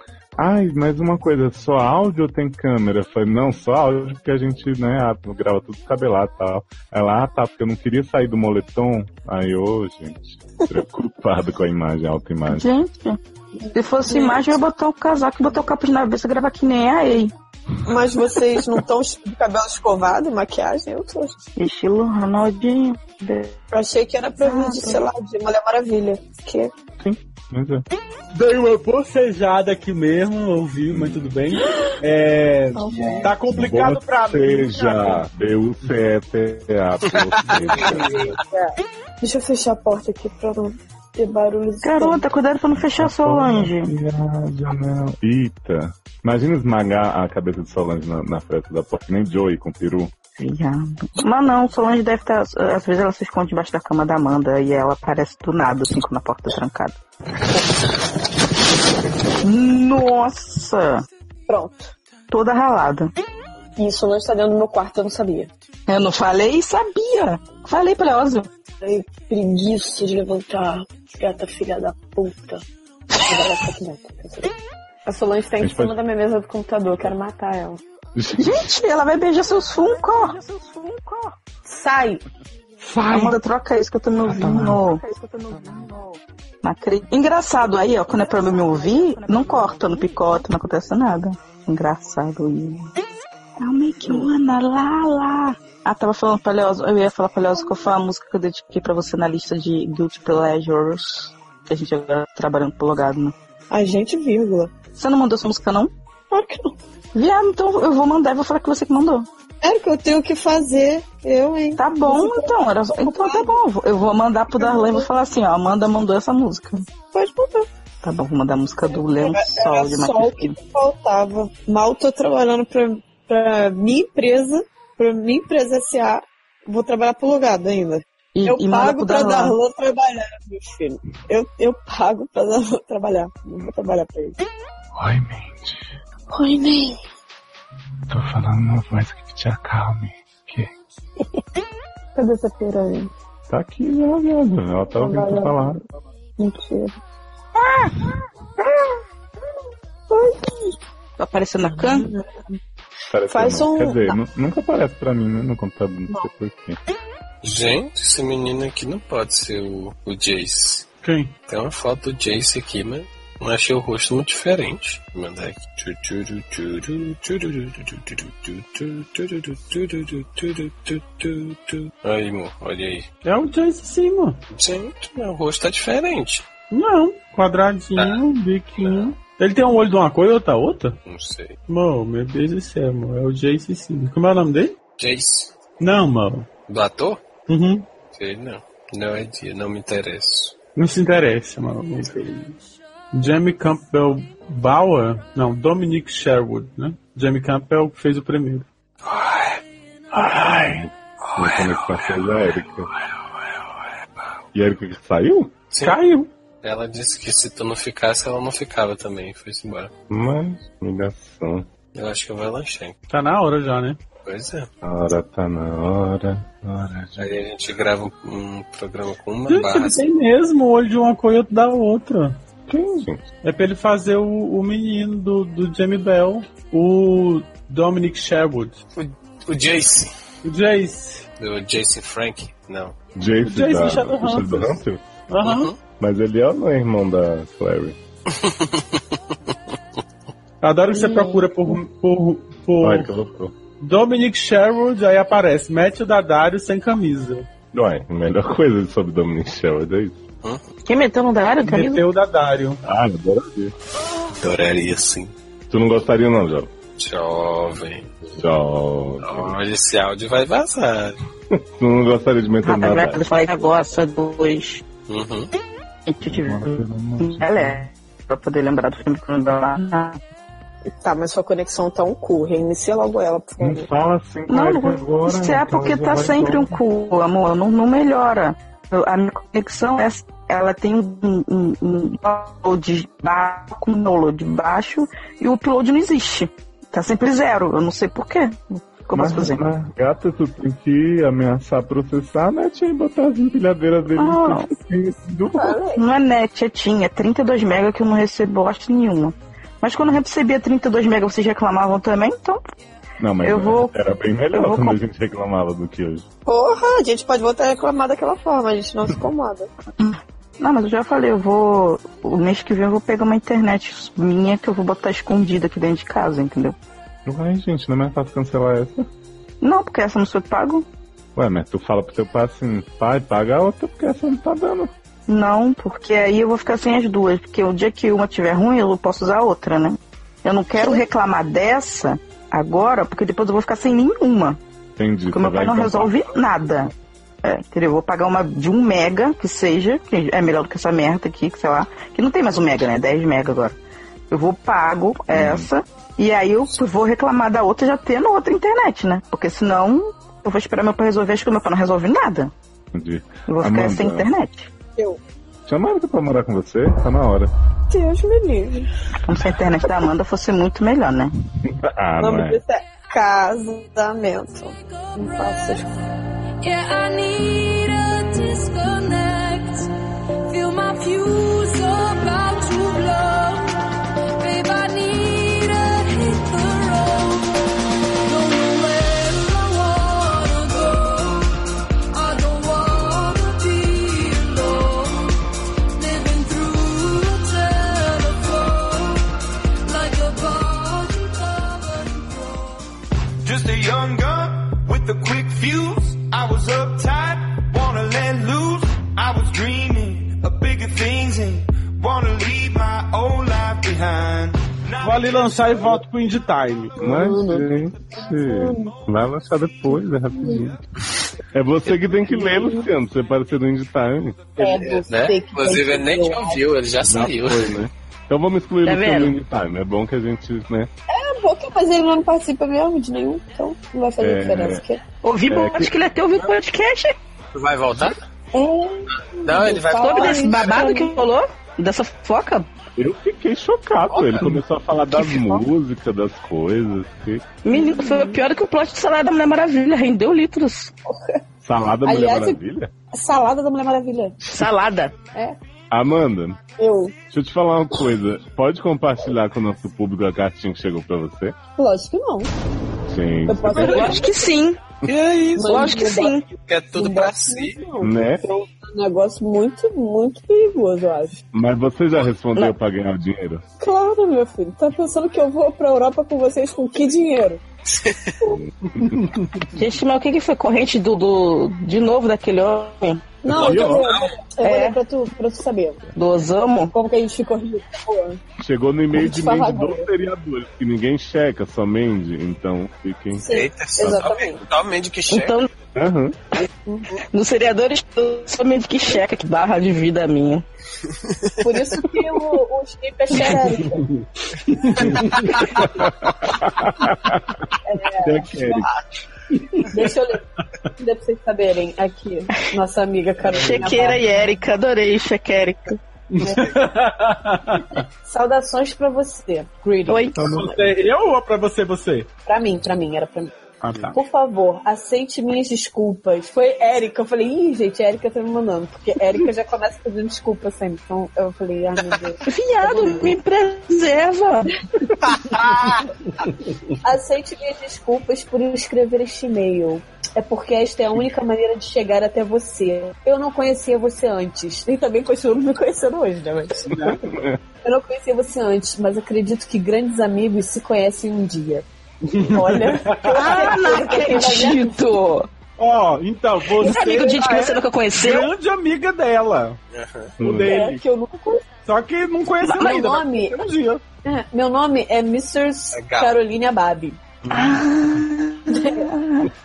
S4: Ai, mas uma coisa, só áudio ou tem câmera? Eu falei, não, só áudio, porque a gente, né, ah, grava tudo cabelado e tal. Ela, ah, tá, porque eu não queria sair do moletom. Aí, ô, gente, preocupado com a imagem, a autoimagem.
S3: Gente, se fosse imagem, eu ia botar o casaco, botar o capuz na cabeça e gravar que nem é a Ei.
S13: Mas vocês não estão de cabelo escovado, maquiagem? Eu tô.
S3: Estilo Ronaldinho.
S13: Eu achei que era pra vir de, sei lá, de Mulher Maravilha. Que...
S4: Mas é.
S8: Dei uma bocejada aqui mesmo, ouvi, mas tudo bem. É, tá complicado pra mim.
S4: Seja, é, B-U-C-E-T-A, boceja.
S13: Deixa eu fechar a porta aqui pra não ter barulho.
S3: Garota, cuidado pra não fechar a Solange.
S4: Eita. Imagina esmagar a cabeça de Solange na, na festa da porta, que nem Joey com peru.
S3: Viado. Mas não, Solange deve estar. Às vezes ela se esconde debaixo da cama da Amanda e ela aparece do nada, assim, com a porta trancada. Nossa!
S6: Pronto.
S3: Toda ralada.
S6: Isso não está dentro do meu quarto, eu não sabia.
S3: Eu não falei e sabia. Falei pra assim, Elza.
S6: Ai, preguiça de levantar. Gata filha da puta.
S11: A Solange tá
S4: A
S11: em
S4: gente
S11: cima
S4: pode-
S11: da minha mesa do computador, eu quero matar ela.
S3: Gente, ela vai beijar seus Funko.
S11: Sai!
S3: Sai. Amanda, troca isso que eu tô me ouvindo. Não acredito. Engraçado aí, ó, quando é pra eu me ouvir, não corta, não picota, não acontece nada. Engraçado isso. Calma que Ana, lá, lá. Ah, tava falando palhoso. Eu ia falar palhoso que eu falo a música que eu dediquei pra você na lista de Guilty Pleasures. Que a gente agora tá trabalhando pro logado, né?
S13: A gente, vírgula.
S3: Você não mandou essa música, não?
S13: Claro que não.
S3: Viado, então eu vou mandar e vou falar que você que mandou.
S13: É que eu tenho o que fazer, eu, hein?
S3: Tá bom, então. Era... Então tá bom. eu vou- Eu vou mandar pro Darlan e vou falar assim, ó. Amanda mandou essa música.
S13: Pode mandar.
S3: Tá bom, vou mandar a música do Leão
S13: Era
S3: Sol de
S13: só o
S3: Matheus
S13: que
S3: Filho.
S13: me faltava. Mal tô trabalhando pra, pra minha empresa, pra minha empresa SA. Vou trabalhar pro logado ainda.
S3: E-
S13: eu
S3: e manda
S13: pago
S3: pro
S13: pra
S3: Darlan.
S13: Darlan trabalhar, meu filho. Eu, eu pago pra Darlan trabalhar. Não vou trabalhar pra ele.
S4: Oi, mente.
S13: Oi, Ney.
S4: Tô falando uma voz que te acalme. Que?
S13: Cadê essa piranha?
S4: Tá aqui, né, viado? Ela tá ouvindo tu falar.
S13: Mentira.
S3: Apareceu na cama?
S4: Parece
S3: Faz
S4: não.
S3: um-
S4: Quer dizer, nu- nunca aparece pra mim, né, no computador, não, sei porquê.
S7: Gente, esse menino aqui não pode ser o, o Jace.
S8: Quem?
S7: Tem uma foto do Jace aqui, mas não achei o rosto muito diferente. Vou mandar aqui. Aí, amor, olha aí.
S8: É o Jace sim, mano.
S7: Gente, meu rosto tá diferente.
S8: Não, quadradinho, biquinho. Ele tem um olho de uma cor e outro da outra?
S7: Não sei.
S8: Mano, meu Deus do céu, mano. É o Jace sim. Como é o nome dele?
S7: Jace,
S8: Não, mano.
S7: do ator?
S8: Uhum.
S7: Sei não. Não é dia, não me interessa.
S8: Não se interessa, mano. Não sei. Jamie Campbell Bauer? Não, Dominic Sherwood, né? Jamie Campbell que fez o primeiro.
S4: Ai. Vou conectar com a Erika. E a Erika que saiu?
S8: Caiu.
S7: Ela disse que se tu não ficasse, ela não ficava também. Foi-se embora.
S4: Mas, humilhação.
S7: Eu acho que vai lanchar. hein?
S8: Tá na hora já, né?
S7: Pois é.
S4: A hora tá na hora. hora é. de-
S7: Aí a gente grava um, um programa com uma
S8: Gente,
S7: barra.
S8: Hum, ele tem mesmo o olho de uma cor e outro da outra.
S4: gente?
S8: É pra ele fazer o, o menino do, do Jamie Bell, o Dominic Sherwood.
S7: O Jace.
S8: O Jace.
S7: Do Jason Frank? Não.
S4: Jason
S8: Jason
S4: da-
S8: Shadowhunters.
S4: Shadowhunters?
S7: Uhum.
S8: Aham.
S4: Mas ele é ou não é irmão da Clary?
S8: Adoro que
S23: Hum.
S8: você procura por. por, por
S4: Olha que loucura.
S8: Dominic Sherwood, aí aparece Matthew Dadário sem camisa.
S4: Ué, a melhor coisa sobre Dominic Sherwood é isso.
S24: Quem meteu no Dario, camisa?
S8: Meteu o Dadário.
S4: Ah, eu adoraria.
S11: Adoraria sim.
S4: Tu não gostaria não, Jovem?
S11: Jovem.
S4: Jovem.
S11: Olha, esse áudio vai vazar.
S4: Tu não gostaria de meter
S24: Ah,
S4: no
S24: tá
S4: Dadário?
S24: grávido, falei agora, só dois.
S11: Uhum.
S3: Ela é. Pra poder lembrar do filme quando ela.
S6: Tá, mas sua conexão tá um cu. Reinicia logo ela, por favor.
S3: Hum.
S6: Não
S4: fala assim
S3: Não, não isso
S4: então,
S3: é porque tá sempre um cu, amor. Não, não melhora. Eu- A minha conexão, é, ela tem um, um, um upload de baixo, com um download de baixo, e o upload não existe. Tá sempre zero. Eu não sei porquê. Como eu posso fazer?
S4: mas, gata, tu tem que ameaçar processar a net e botar as empilhadeiras dele.
S3: Ah. Não é net, é TIM, é 32 mega que eu não recebo bosta nenhuma. Mas quando eu recebia 32 mega, vocês reclamavam também? Então,
S4: Não, mas é,
S3: Eu vou-
S4: era bem
S3: eu
S4: melhor
S3: vou
S4: quando a
S3: comp-
S4: gente reclamava do que hoje.
S6: Porra, a gente pode voltar a reclamar daquela forma, a gente não se incomoda.
S3: Não, mas eu já falei, eu vou. O mês que vem eu vou pegar uma internet minha que eu vou botar escondida aqui dentro de casa, entendeu?
S4: Ai, gente, não é mais fácil cancelar essa.
S3: Não, porque essa não foi pago.
S4: Ué, mas tu fala pro teu pai assim, pai, paga a outra porque essa não tá dando.
S3: Não, porque aí eu vou ficar sem as duas. Porque o dia que uma tiver ruim, eu posso usar a outra, né? Eu não quero reclamar dessa agora, porque depois eu vou ficar sem nenhuma.
S4: Entendi.
S3: Porque meu
S4: você
S3: pai
S4: vai
S3: não
S4: encampar.
S3: resolve nada. É, entendeu? Eu vou pagar uma de um mega, que seja, que é melhor do que essa merda aqui, que sei lá. Que não tem mais um mega, né? 10 mega agora. Eu vou pago
S4: Hum.
S3: essa, e aí eu vou reclamar da outra já tendo outra internet, né? Porque senão eu vou esperar meu pai resolver, acho que meu pai não resolve nada.
S4: Entendi.
S3: Eu vou ficar
S4: Amanda,
S3: sem internet.
S6: Eu.
S4: Chama a Erika pra morar com você, tá na hora.
S6: Deus me livre.
S3: Como se a internet da Amanda fosse muito melhor, né?
S4: Ah,
S6: o
S4: não
S6: nome
S4: é.
S6: disso é casamento. Não faço essas
S1: Yeah, I need a disconnect. Feel my fuse about to blow. Babe, I need a hit the road. Don't know where I wanna go. I don't wanna be alone. Living through a telephone. Like a body covered in
S7: Just a young gun with a quick fuse. I was uptight, wanna let loose. I was dreaming of bigger things and wanna leave my old life behind.
S8: Vou ali lançar e volto pro Indie Time. né?
S4: Mas, gente, vai lançar depois, é rapidinho. É você que tem que ler, Luciano, você parecer do Indie Time.
S20: é
S11: né? Inclusive, ele nem te ouviu, ele já
S4: Já
S11: saiu.
S4: foi, né? Então vamos excluir
S6: Tá
S4: o Luciano do
S6: vendo?
S4: Indie Time. É bom que a gente, né?
S6: É bom que mas ele não participa mesmo de nenhum, então não vai fazer
S4: É.
S6: diferença. Que...
S11: Ouvi É, bom, acho que- que
S6: ele até ouviu o podcast.
S11: Tu vai voltar?
S6: é
S11: Não, ele vai
S6: Soube
S11: voltar.
S6: desse babado que
S3: rolou? Dessa foca?
S4: Eu fiquei chocado. ele começou a falar das músicas, das coisas. Que...
S25: Menino, foi pior do que o plot de salada da Mulher Maravilha, rendeu litros.
S4: Salada Mulher
S25: Aliás,
S4: Maravilha?
S6: Salada da Mulher Maravilha.
S25: Salada.
S6: É,
S4: Amanda,
S6: eu.
S4: deixa eu te falar uma coisa. Pode compartilhar com o nosso público a cartinha que chegou pra você?
S6: Lógico que não.
S4: Sim.
S6: Eu posso-
S25: Lógico que sim.
S11: Que é isso?
S25: Lógico que sim.
S11: É tudo pra si.
S4: Né?
S6: Um negócio muito, muito perigoso, eu acho.
S4: Mas você já respondeu pra ganhar o dinheiro?
S6: Claro, meu filho. Tá pensando que eu vou pra Europa com vocês com que dinheiro?
S25: Gente, mas o que, que foi corrente do, do. de novo daquele homem?
S6: Não, eu, vou- eu vou
S25: É.
S6: ler pra tu, pra tu saber.
S25: Do Osamo?
S6: Como que a gente ficou rico? Pô.
S4: Chegou no e-mail
S6: Vamos
S4: de
S6: falar
S4: Mandy
S6: agora.
S4: dos seriadores, que ninguém checa, só Mandy, então fiquem.
S11: Eita,
S25: exatamente.
S11: totalmente que checa.
S25: Então,
S4: Aham.
S25: nos seriadores, eu somente que checa, que barra de vida minha.
S6: Por isso que o, o Chip é xereca.
S4: É,
S6: Deixa eu ler. Dá pra vocês saberem aqui, nossa amiga Carolina.
S25: Chequeira
S6: Barros.
S25: e Érica, adorei, Chequérica.
S6: Saudações pra você. Greetings.
S25: Oi.
S11: Então,
S8: Pra você, eu ou pra você, você?
S6: Pra mim, pra mim, era pra mim.
S8: Ah, tá.
S6: Por favor, aceite minhas desculpas. Foi Érica. Eu falei, ih, gente, Érica tá me mandando. Porque Érica já começa pedindo desculpa sempre. Então eu falei, ah, meu Deus.
S25: Viado, me preserva.
S6: Aceite minhas desculpas por escrever este e-mail. é porque esta é a única maneira de chegar até você. Eu não conhecia você antes, nem também continuo me conhecendo hoje, né? Mas... Eu não conhecia você antes, mas acredito que grandes amigos se conhecem um dia. Olha.
S23: Ah, não acredito!
S8: Ó, então, você.
S23: Esse amigo de gente que
S8: é
S23: você nunca conheceu?
S8: Grande amiga dela. O
S6: É,
S8: dele.
S6: que eu nunca conheci.
S8: Só que não conheceu
S6: Meu
S8: ainda. um
S6: nome, É, meu nome é Ah. Mrs.
S8: Legal.
S6: Carolina Babi.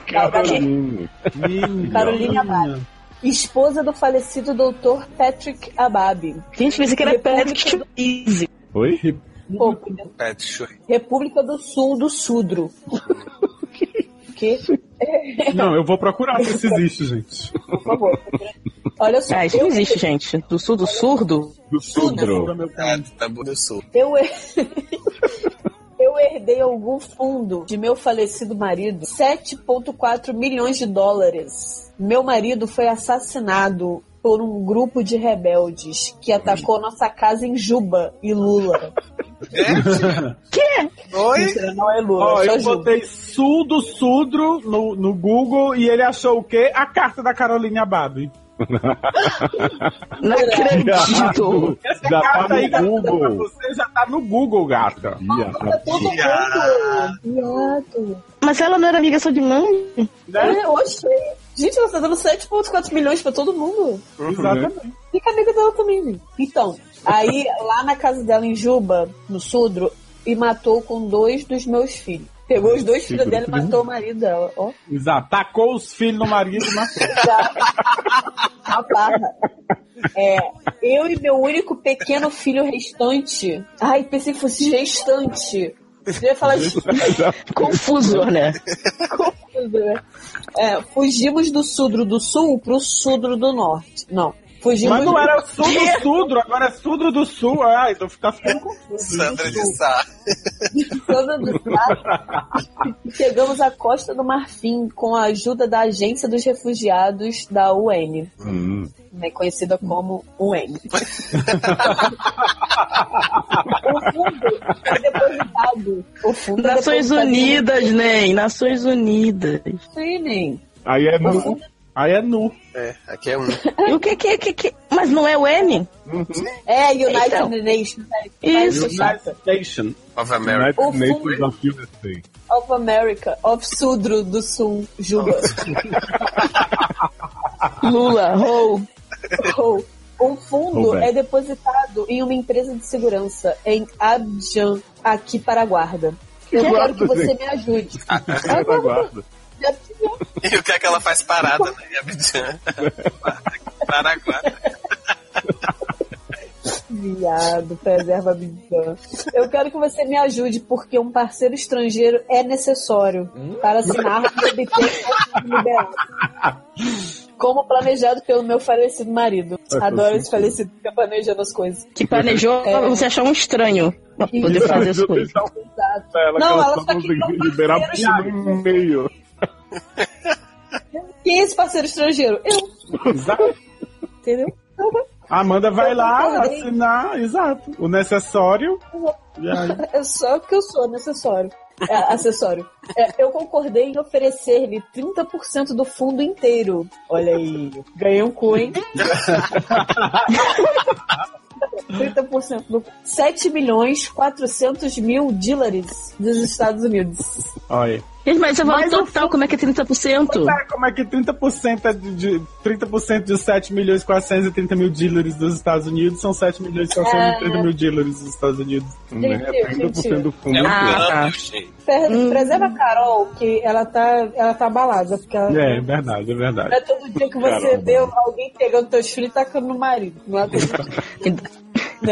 S8: Caroline.
S6: Carolina Abab. Esposa do falecido doutor Patrick Abab.
S23: Gente, é pensei que era
S6: Patrick
S23: Easy.
S4: Oi?
S7: Pet Shop.
S6: República do Sul do Sudro. que?
S8: Não, eu vou procurar se isso existe, gente.
S6: Por favor. Olha só.
S23: Ah, isso
S6: eu-
S23: não existe, gente. Do sul do surdo?
S8: Do
S7: Sudro. É, tabu do sul.
S6: Eu, her- eu herdei algum fundo de meu falecido marido, 7,4 milhões de dólares. Meu marido foi assassinado por um grupo de rebeldes que atacou nossa casa em Juba e Lula.
S8: Que?
S6: Oi? Não é Lula,
S8: Ó,
S6: é só
S8: eu
S6: Juba.
S8: botei sul do sudro no, no Google e ele achou o quê? A carta da Carolina Babi.
S23: Não acredito.
S8: Essa carta aí da
S4: Google.
S8: pra você já tá no Google, gata.
S6: Tá Viado.
S3: Mas ela não era amiga só de mãe?
S8: Né?
S6: É, oxe. Gente, ela tá dando 7,4 milhões pra todo mundo.
S8: Uhum. Exatamente.
S6: Fica amiga dela também, né? Então, aí lá na casa dela em Juba, no Sudro, e matou com dois dos meus filhos. Pegou os dois
S8: Que
S6: filhos dela e
S8: grupo, né?
S6: matou o marido dela. Ó,
S8: Exato. Tacou os filhos no marido e matou.
S6: a barra. É, eu e meu único pequeno filho restante. Ai, pensei que fosse gestante. Você ia falar de
S23: Confuso, né?
S6: confuso, né? É, fugimos do Sudro do Sul pro Sudro do Norte. Não. Fugimos
S8: Mas não era
S6: do-
S8: sul do sudro, agora é sudro do sul. Ai, tô tá ficando confuso.
S7: Sandra de Sá.
S6: Sandra de Sá. Chegamos à Costa do Marfim com a ajuda da Agência dos Refugiados da UN,
S4: Hum.
S6: né, conhecida como UN. o fundo foi depositado. O fundo é
S23: Nações
S6: depositado-
S23: Unidas, Ney. Nações Unidas.
S6: Sim, Ney.
S8: Aí é nu. Aí é nu.
S7: É, aqui é um.
S23: E o que que, que que... Mas não é o N?
S6: É, United
S23: Então.
S6: Nations. né, que faz
S23: Isso.
S8: Nation.
S7: Of America.
S6: O fundo of America, of Sudro do Sul, Juba.
S23: Lula, Rou.
S6: Ou, Um fundo
S23: Roberto.
S6: é depositado em uma empresa de segurança em Abidjan, aqui para a guarda. Eu
S7: Que
S6: quero
S7: guarda,
S6: que você
S7: gente?
S6: me ajude.
S7: Guarda. E o que é que ela faz parada, né? em Abidjan? Paraguai.
S6: Viado, preserva Abidjan. Eu quero que você me ajude, porque um parceiro estrangeiro é necessário para assinar e obter o fundo liberado. Como planejado pelo meu falecido marido. Adoro esse falecido que fica planejando as coisas.
S23: Que planejou
S6: É.
S23: você achar um estranho pra poder fazer as coisas.
S6: Exato.
S4: um Ela,
S6: Não,
S4: que
S6: ela tá
S4: só
S6: só
S4: conseguiu
S6: quis
S4: liberar
S6: parceiro,
S4: por um meio.
S6: Quem é esse parceiro estrangeiro? Eu.
S8: Exato.
S6: Entendeu?
S8: Amanda vai lá
S6: concordei.
S8: assinar, exato, o necessário. E aí?
S6: É só porque eu sou necessário. É, acessório. É, eu concordei em oferecer-lhe 30% do fundo inteiro. Olha aí. Ganhei um cu, hein? 30% do 7 milhões 400 mil dólares dos Estados Unidos.
S8: Olha aí.
S23: Gente, mas você falou
S8: Mas o
S23: total, como é que é 30%?
S8: Pois é, como é que 30% é de, de, 30% de 7 milhões e 430 mil dólares dos Estados Unidos são 7 milhões e 430 mil dólares dos Estados Unidos.
S4: tá
S6: Gente,
S8: É 30% do fundo.
S6: gente. Ah, Pre- Preserva a Carol, que ela tá, ela tá abalada. Porque ela,
S8: É, é verdade, é
S6: Não é
S8: verdade.
S6: todo dia que você
S8: Caramba.
S6: deu alguém pegando teus filhos e tacando no marido. Não é todo dia.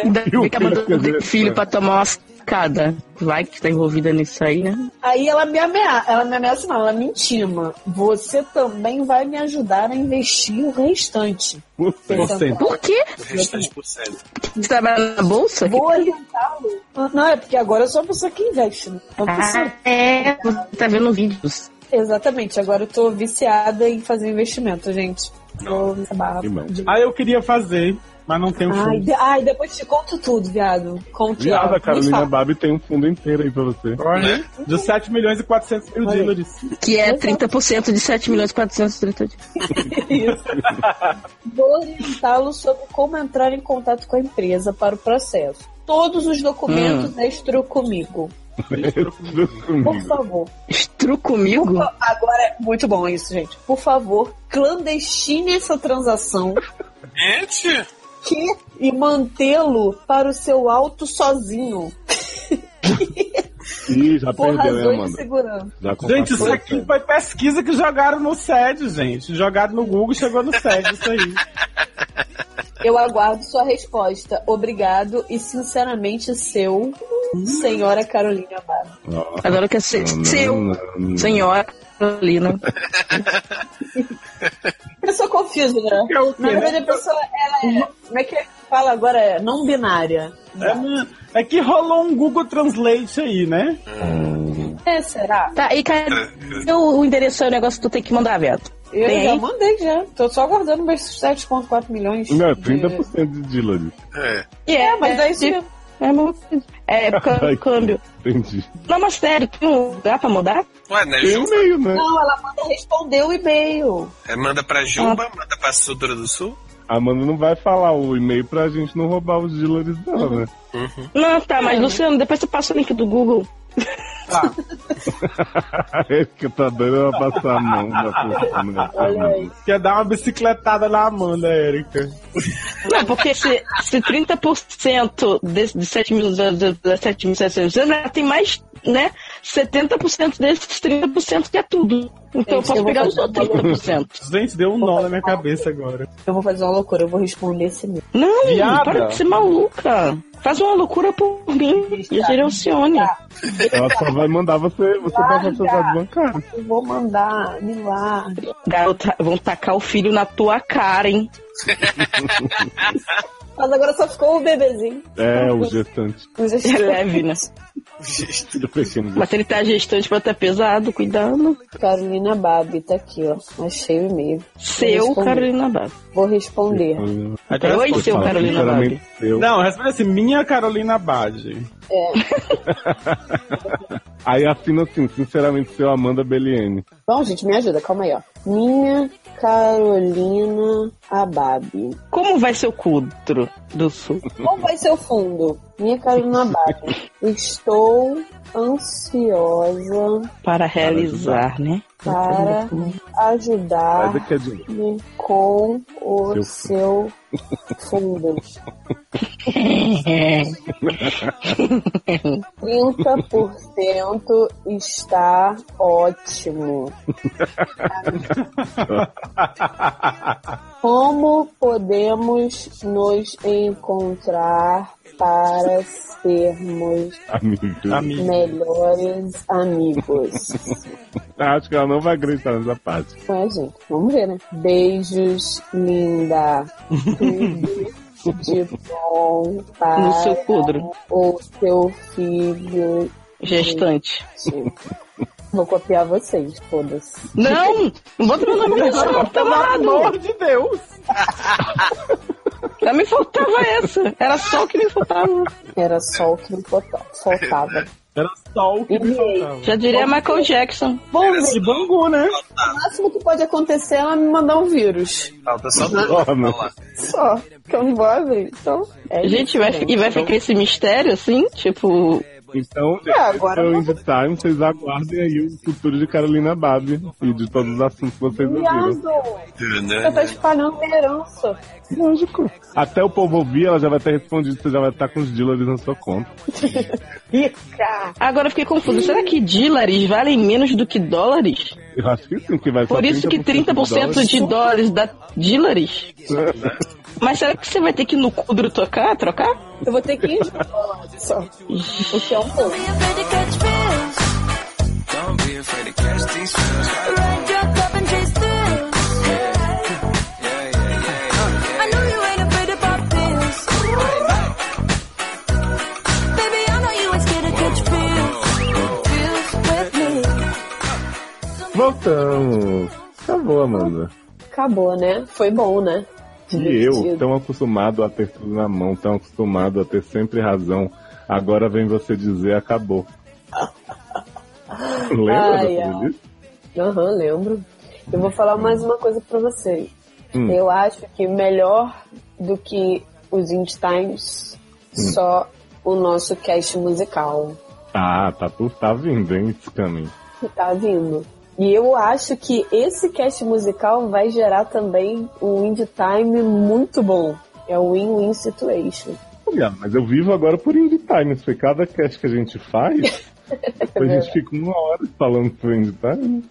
S23: Ainda fica mandando filho pra tomar uma sacada. Vai que tá envolvida nisso aí, né?
S6: Aí ela me ameaça, ela me ameaça não, ela me intima. Você também vai me ajudar a investir o restante.
S8: Porcento.
S23: Por quê?
S7: Restante por cento.
S23: Você trabalha na bolsa?
S6: Vou orientá-lo. Não, é porque agora eu sou uma pessoa que investe. né? Não
S23: Ah,
S6: precisa.
S23: é. Você tá vendo vídeos.
S6: Exatamente, agora eu tô viciada em fazer investimento, gente. Vou nessa barra.
S8: Aí eu queria fazer Mas não tem um
S6: Ai,
S8: fundo.
S6: de- ai, depois te conto tudo, viado. Conte.
S8: Viada,
S6: ó.
S8: a Carolina
S6: Me fala.
S8: Babi tem um fundo inteiro aí pra você. Olha. De 7 milhões e 400 mil dólares.
S3: Que é 30% de 7 milhões e 430
S6: Vou orientá-lo sobre como entrar em contato com a empresa para o processo. Todos os documentos
S3: Hum.
S6: é estru comigo. Por favor.
S3: Estru comigo?
S6: Agora é muito bom isso, gente. Por favor, clandestine essa transação
S7: Gente!
S6: que, e mantê-lo para o seu alto sozinho.
S4: Ih, já
S6: por
S4: perdeu, hein,
S6: razões de
S4: Amanda?
S6: segurança.
S4: Já
S8: Gente,
S4: compartilhou.
S8: isso aqui foi pesquisa que jogaram no SED, gente. Jogaram no Google e chegou no SED, isso aí.
S6: Eu aguardo sua resposta. Obrigado e sinceramente seu, senhora Carolina Barra.
S3: Adoro que é se- seu, senhora Carolina.
S6: Eu sou confuso, né? Na verdade, a pessoa ela
S3: Uhum.
S6: é. Como é que fala agora? É não binária.
S8: É, é que rolou um Google Translate aí, né?
S6: É, será?
S3: Tá, e cadê o, o endereço aí, o negócio que tu tem que mandar, viado?
S6: Eu
S3: Tem
S6: já
S3: aí?
S6: mandei já. Tô só aguardando meus 7,4 milhões.
S4: Não, 30% de Dillard.
S7: É.
S6: É, mas é isso mesmo.
S3: É, meu- é, é câmbio, câmbio.
S4: Entendi.
S3: Não, mas sério, tem um lugar pra mudar?
S7: Ué, né,
S4: Tem um
S7: Juba?
S4: meio, né?
S6: Não, ela manda responder o e-mail.
S7: É, Manda pra Juba, manda pra Sudra do Sul.
S4: Amanda não vai falar o e-mail pra gente não roubar os Dillares dela,
S3: Uhum.
S4: né?
S3: Não, tá, mas Luciano, depois tu passa o link do Google.
S4: A Erika tá dando ela passar a mão na pessoa.
S8: Olha aí. Quer é dar uma bicicletada na Amanda, Erika.
S3: Não, porque se, se 30% desse, de 7.700, né, tem mais, né? 70% desses 30% que é tudo. Então eu
S6: Gente, eu
S3: posso
S6: vou
S3: pegar os
S6: fazer
S3: outros 30%.
S8: Gente, deu um nó na minha cabeça agora.
S6: Eu vou fazer uma loucura, eu vou responder esse e-mail.
S3: Não,
S8: Viada.
S3: para de ser maluca. Faz uma loucura por mim. E seria Alcione.
S4: Ela só vai mandar você, você passar seus dados bancários.
S6: Eu vou mandar, me larga.
S3: Garota, vão tacar o filho na tua cara, hein?
S6: Mas agora só ficou o bebezinho.
S4: É, o gestante.
S3: É leve, né?
S4: do pequeno
S3: Mas ele tá gestante pra estar pesado, cuidado.
S6: Carolina Babi tá aqui, ó. Achei o e-mail.
S3: Seu
S6: Vou responder.
S3: Carolina Babi.
S6: Vou responder.
S8: Agora
S3: Oi,
S8: responde,
S3: seu
S8: fala,
S3: Carolina
S8: sinceramente,
S3: Bade.
S4: seu.
S8: Não, responde assim, minha Carolina Bade.
S6: É.
S4: Aí assina assim, sinceramente, seu Amanda Belliene.
S6: Bom, gente, me ajuda, calma aí, ó. Minha Carolina Ababi.
S3: Como vai ser o cutro do sul?
S6: Qual vai ser o fundo? Minha Carolina Ababi. Estou ansiosa
S3: Para realizar, né?
S6: para
S4: Mas é
S6: ajudar
S4: que é de...
S6: com o
S4: Seu
S6: seu fundo. É. 30% está ótimo. Como podemos nos encontrar para sermos
S4: Amigo.
S6: melhores amigos?
S4: Acho que ela não vai gritar nessa parte.
S6: Ué, gente, vamos ver, né? Beijos, linda. Tudo de bom para
S3: No seu cudro.
S6: o seu filho.
S3: Gestante.
S6: Gente, Vou copiar vocês, foda-se.
S3: Não! Não bota meu nome nessa, não, tá
S8: Pelo
S3: errado.
S8: amor de Deus!
S3: Já me faltava essa. Era só o que me faltava.
S6: Era só o que me falta- faltava.
S8: Era só o que me faltava.
S3: Já diria Michael Jackson.
S6: Bom,
S8: E
S6: gente,
S8: Bangu, né?
S6: o máximo que pode acontecer é ela me mandar um vírus.
S7: Falta só
S4: Toma.
S6: Só. Que eu não vou abrir. Então, é
S3: Gente,
S6: isso,
S3: vai, e vai ficar esse mistério assim? Tipo.
S4: Então,
S6: É, agora
S4: eu
S6: não.
S4: in the time, vocês aguardem aí o futuro de Carolina Babi e de todos os assuntos que vocês ouviram.
S6: Viado! Você tá espalhando minha herança.
S4: Lógico. Até o povo ouvir, ela já vai ter respondido, você já vai estar com os dealers na sua conta.
S6: Rica!
S3: Agora eu fiquei confusa. Será que dílares valem menos do que dólares?
S4: Eu acho que sim, que vai
S3: Por
S4: só
S3: isso que 30% de dólares dá dílares? Mas será que você vai ter que ir no cudro tocar, trocar?
S6: Eu vou ter que ir junto, só. O que é um pouco.
S26: Don't be afraid to catch these feels.
S9: Ride your cup and chase thrills. I know you ain't afraid of our fears. Baby, I know you ain't scared to catch feels. Feels with me.
S4: Voltamos. Acabou, Amanda.
S6: Acabou, né? Foi bom, né?
S4: E eu, tão acostumado a ter tudo na mão, tão acostumado a ter sempre razão, agora vem você dizer acabou. Lembra
S6: Ai,
S4: dessa
S6: ó.
S4: música? então.
S6: Aham, lembro. Eu vou falar mais uma coisa pra vocês.
S4: Hum.
S6: Eu acho que melhor do que os Indie Times,
S4: Hum.
S6: só o nosso cast musical
S4: Ah, tá, tu- tá vindo, hein, esse caminho.
S6: que tá vindo. E eu acho que esse cast musical vai gerar também um Indie Time muito bom. É o win-win situation.
S4: Olha, mas eu vivo agora por Indie Times, porque cada cast que a gente faz, a gente fica uma hora falando pro Indie Times.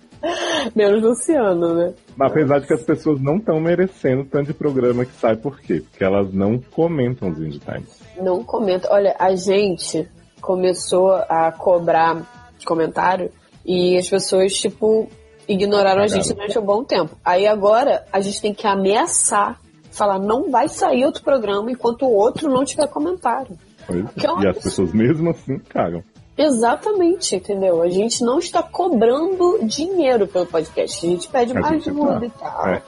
S6: Menos Luciano, né?
S4: né? Mas apesar de que as pessoas não estão merecendo tanto de programa que sai, por quê? Porque elas não comentam os Indie Times.
S6: Não comenta. Olha, a gente começou a cobrar comentário e as pessoas, tipo, ignoraram a gente
S4: Cagaram.
S6: durante um bom tempo. Aí agora a gente tem que ameaçar, falar, não vai sair outro programa enquanto o outro não tiver comentário.
S4: Pois
S6: Que
S4: é. E as pessoas mesmo assim cagam.
S6: Exatamente, entendeu? A gente não está cobrando dinheiro pelo podcast. A gente pede
S4: A
S6: uma
S4: gente
S6: ajuda
S4: tá.
S6: e tal.
S4: É.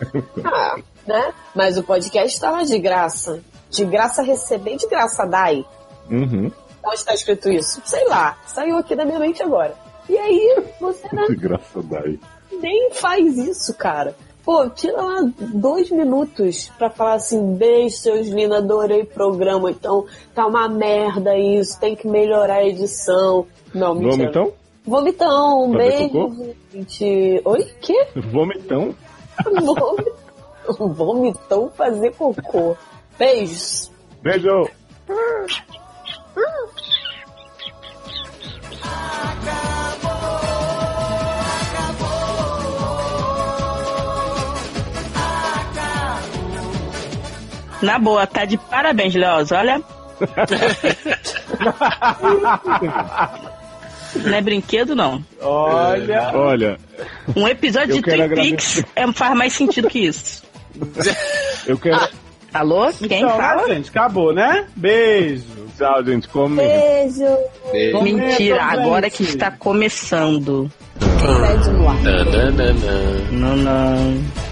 S6: Ah, né? Mas o podcast tá lá de graça. De graça receber, de graça dai.
S4: Uhum.
S6: Onde está escrito isso? Sei lá, saiu aqui da minha mente agora. E aí, você né,
S4: Que graça daí.
S6: nem faz isso, cara. Pô, tira lá dois minutos pra falar assim, beijo, seus lindos, adorei o programa, então tá uma merda isso, tem que melhorar a edição. Não, é mentira.
S4: Vomitão?
S6: Vomitão, um
S4: Fazer
S6: beijo,
S4: cocô?
S6: gente. Oi, quê?
S4: Vomitão?
S6: Vom- Vomitão fazer cocô. Beijos.
S4: Beijo!
S10: Na boa, tá de parabéns, Leoz, olha. não é brinquedo, não.
S8: Olha.
S4: Olha,
S10: Um episódio
S4: Eu
S10: de
S4: quero
S10: Twin Peaks é, faz mais sentido que isso.
S4: eu quero.
S6: Ah.
S10: Alô? Quem
S8: Então,
S10: fala?
S8: né, gente, acabou, né? Beijo.
S4: Tchau, gente. Come.
S6: Beijo.
S4: é, então,
S7: Beijo.
S10: Mentira,
S7: Comenta,
S10: agora
S7: gente.
S10: que está começando.
S7: Tananana.
S10: Não, não.